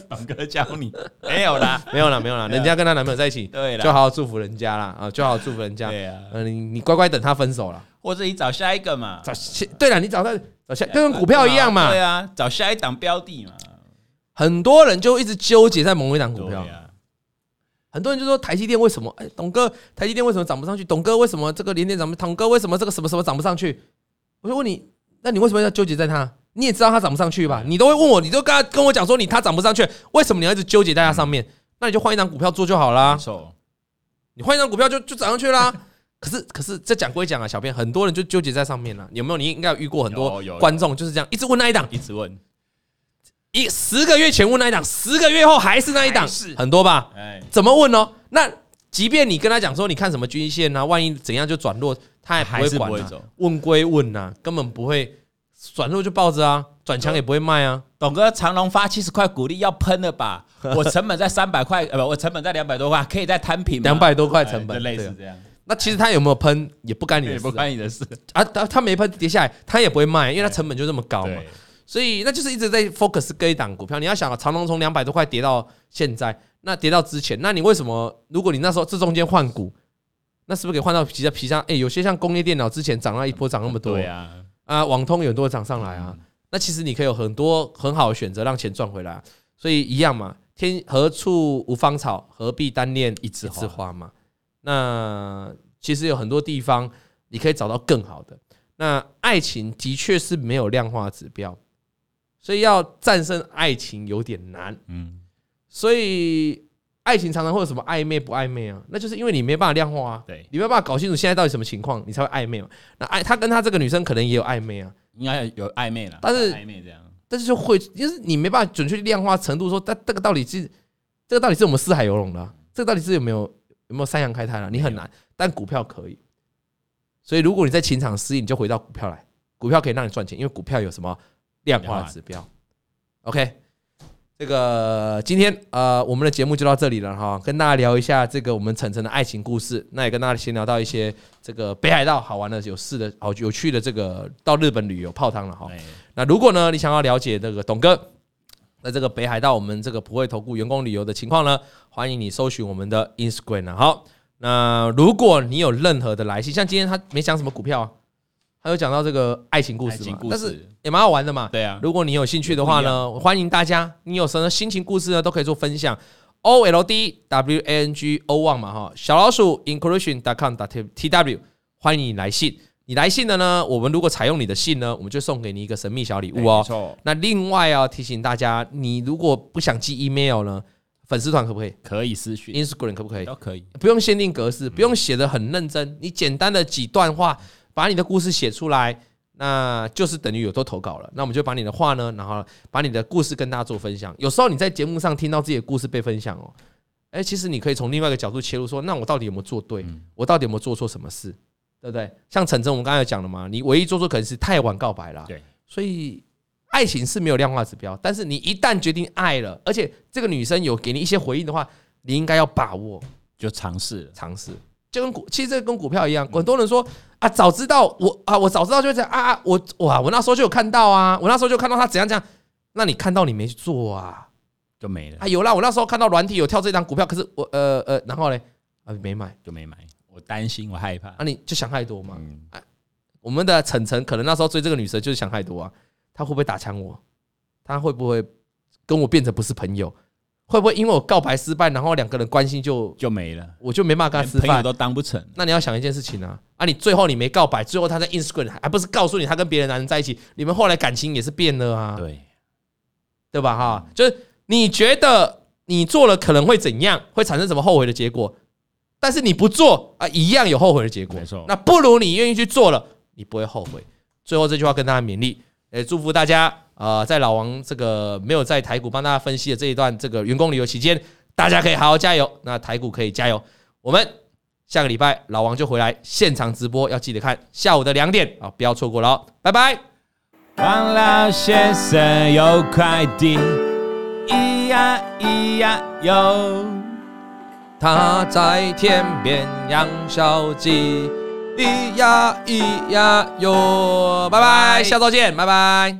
[SPEAKER 1] 老哥教你没有啦，
[SPEAKER 3] 哎没有啦，没有啦，
[SPEAKER 1] 对啊
[SPEAKER 3] 人家跟她男朋友在一起，
[SPEAKER 1] 对啦
[SPEAKER 3] 就好好祝福人家啦，啊，就好好祝福人家。
[SPEAKER 1] 对啊，
[SPEAKER 3] 嗯，你你乖乖等他分手了，
[SPEAKER 1] 或者你找下一个嘛，
[SPEAKER 3] 找下啊对了，你找他找下，跟股票一样嘛
[SPEAKER 1] 对，啊，找下一档标的嘛，
[SPEAKER 3] 很多人就一直纠结在某一档股票
[SPEAKER 1] 对，啊，
[SPEAKER 3] 很多人就说台积电为什么？哎，董哥，台积电为什么涨不上去？董哥为什么这个连电涨不？董哥为什么这个什么什么涨不上去？我就问你，那你为什么要纠结在它？你也知道它涨不上去吧？
[SPEAKER 1] 嗯
[SPEAKER 3] 你都会问我，你都跟他跟我讲说你它涨不上去，为什么你要一直纠结在它上面？
[SPEAKER 1] 嗯
[SPEAKER 3] 那你就换一档股票做就好啦
[SPEAKER 1] 没。错，
[SPEAKER 3] 你换一张股票就就涨上去啦。 可是可是这讲归讲啊，小编很多人就纠结在上面了、有没有？你应该有遇过很多
[SPEAKER 1] 有有有
[SPEAKER 3] 观众就是这样，一直问那一档，
[SPEAKER 1] 一直问，
[SPEAKER 3] 一十个月前问那一档，十个月后还是那一档
[SPEAKER 1] 还是，
[SPEAKER 3] 很多吧？
[SPEAKER 1] 哎，
[SPEAKER 3] 怎么问哦？那即便你跟他讲说，你看什么均线啊，万一怎样就转弱，他也
[SPEAKER 1] 还是
[SPEAKER 3] 不
[SPEAKER 1] 不
[SPEAKER 3] 会管、
[SPEAKER 1] 会
[SPEAKER 3] 啊。
[SPEAKER 1] 走。
[SPEAKER 3] 问归问呐、根本不会转弱就抱着啊，转强也不会卖啊。
[SPEAKER 1] 董哥，长隆发七十块股利要喷了 吧？我成本在三百块，呃，不，我成本在两百多块，可以再摊平吗。
[SPEAKER 3] 两百多块成
[SPEAKER 1] 哎
[SPEAKER 3] 本，
[SPEAKER 1] 就类似
[SPEAKER 3] 对啊
[SPEAKER 1] 这样，
[SPEAKER 3] 那其实他有没有喷也不干你
[SPEAKER 1] 也
[SPEAKER 3] 的事
[SPEAKER 1] 不
[SPEAKER 3] 啊
[SPEAKER 1] 关你的事。
[SPEAKER 3] 啊，他他没喷跌下来，他也不会卖，因为他成本就这么高嘛。
[SPEAKER 1] 对，
[SPEAKER 3] 所以那就是一直在 focus 各一档股票。你要想啊，长隆从两百多块跌到现在，那跌到之前，那你为什么？如果你那时候这中间换股，那是不是可以换到其他其他？哎、有些像工业电脑之前涨那一波涨那么多，
[SPEAKER 1] 对啊，
[SPEAKER 3] 啊，网通有很多涨上来啊，那其实你可以有很多很好的选择，让钱赚回来、啊。所以一样嘛，天何处无芳草，何必单恋一枝
[SPEAKER 1] 花
[SPEAKER 3] 花嘛。那其实有很多地方你可以找到更好的。那爱情的确是没有量化指标，所以要战胜爱情有点难。
[SPEAKER 1] 嗯，
[SPEAKER 3] 所以爱情常常会有什么暧昧不暧昧啊？那就是因为你没办法量化啊，
[SPEAKER 1] 对
[SPEAKER 3] 你没办法搞清楚现在到底什么情况，你才会暧昧嘛。那爱他跟他这个女生可能也有暧昧啊，
[SPEAKER 1] 应该有暧昧了，
[SPEAKER 3] 但是
[SPEAKER 1] 暧昧这样，
[SPEAKER 3] 但是就会，就是你没办法准确量化程度说，但这个到底是这个到底是我们四海游龙的啊、这个到底是有没有有没有三阳开泰了、啊你很难，但股票可以。所以如果你在情场失意，你就回到股票来，股票可以让你赚钱，因为股票有什么量化指标。OK，这个今天呃我们的节目就到这里了哈，跟大家聊一下这个我们晨晨的爱情故事，那也跟大家闲聊到一些这个北海道好玩的、有事的、好有趣的这个到日本旅游泡汤了哈。
[SPEAKER 1] 哎
[SPEAKER 3] 那如果呢，你想要了解这个董哥在这个北海道我们这个普惠投顾员工旅游的情况呢，欢迎你搜寻我们的 Instagram 啊。好，那如果你有任何的来信，像今天他没讲什么股票啊，他有讲到这个爱情故
[SPEAKER 1] 爱
[SPEAKER 3] 事
[SPEAKER 1] 情
[SPEAKER 3] 嘛，
[SPEAKER 1] 故
[SPEAKER 3] 但是
[SPEAKER 1] 事，
[SPEAKER 3] 也蛮好玩的嘛。
[SPEAKER 1] 对啊，
[SPEAKER 3] 如果你有兴趣的话呢，欢迎大家，你有什么心情故事呢，都可以做分享。O L D W A N G O N 嘛哈，小老鼠 inclusion.com. t w 欢迎你来信。你来信的呢，我们如果采用你的信呢，我们就送给你一个神秘小礼
[SPEAKER 1] 哎
[SPEAKER 3] 物哦
[SPEAKER 1] 没。错，
[SPEAKER 3] 那另外要提醒大家，你如果不想寄 email 呢，粉丝团可不可以
[SPEAKER 1] 可以私讯
[SPEAKER 3] ？Instagram 可不可以？
[SPEAKER 1] 都可以，
[SPEAKER 3] 不用限定格
[SPEAKER 1] 嗯
[SPEAKER 3] 式，不用写的很认真，你简单的几段话把你的故事写出来，那就是等于有都投稿了。那我们就把你的话呢，然后把你的故事跟大家做分享。有时候你在节目上听到自己的故事被分享
[SPEAKER 1] 嗯
[SPEAKER 3] 哦，哎，其实你可以从另外一个角度切入说，那我到底有没有做对？
[SPEAKER 1] 嗯
[SPEAKER 3] 我到底有没有做错什么事？对不对？像晨晨，我们刚才有讲了嘛，你唯一做错可能是太晚告白啦。
[SPEAKER 1] 对，
[SPEAKER 3] 所以爱情是没有量化指标，但是你一旦决定爱了，而且这个女生有给你一些回应的话，你应该要把握。
[SPEAKER 1] 就尝试了，
[SPEAKER 3] 尝试，就跟股，其实这跟股票一样，很多人说啊，早知道我啊，我早知道就这样啊，啊我哇，我那时候就有看到啊，我那时候就看到他怎样怎样，那你看到你没去做啊？
[SPEAKER 1] 就没了
[SPEAKER 3] 啊，，有啦，我那时候看到软体有跳这张股票，可是我呃呃，然后嘞啊没买，
[SPEAKER 1] 就没买。我担心，我害怕
[SPEAKER 3] 啊，你就想太多嘛。
[SPEAKER 1] 嗯
[SPEAKER 3] 我们的晨晨可能那时候追这个女生就是想太多啊，她会不会打枪我？她会不会跟我变成不是朋友？会不会因为我告白失败，然后两个人关系就
[SPEAKER 1] 就没了，
[SPEAKER 3] 我就没办法跟
[SPEAKER 1] 连
[SPEAKER 3] 她吃
[SPEAKER 1] 朋友
[SPEAKER 3] 饭？
[SPEAKER 1] 都当不成。
[SPEAKER 3] 那你要想一件事情啊，啊，你最后你没告白，最后他在 Instagram 还不是告诉你他跟别的男人在一起，你们后来感情也是变了啊，
[SPEAKER 1] 对，
[SPEAKER 3] 对吧？哈，就是你觉得你做了可能会怎样，会产生什么后悔的结果，但是你不做啊，一样有后悔的结果
[SPEAKER 1] 没错。
[SPEAKER 3] 那不如你愿意去做了，你不会后悔。最后这句话跟大家勉励，也祝福大家。呃，在老王这个没有在台股帮大家分析的这一段这个员工旅游期间，大家可以好好加油。那台股可以加油，我们下个礼拜老王就回来现场直播，要记得看下午的两点啊，不要错过了哦，拜拜。
[SPEAKER 1] 王老先生有快递，咿呀咿呀哟，
[SPEAKER 2] 他在天边养小鸡，咿呀咿呀哟，拜
[SPEAKER 3] 拜拜，
[SPEAKER 2] 拜，
[SPEAKER 3] 下周见，拜拜。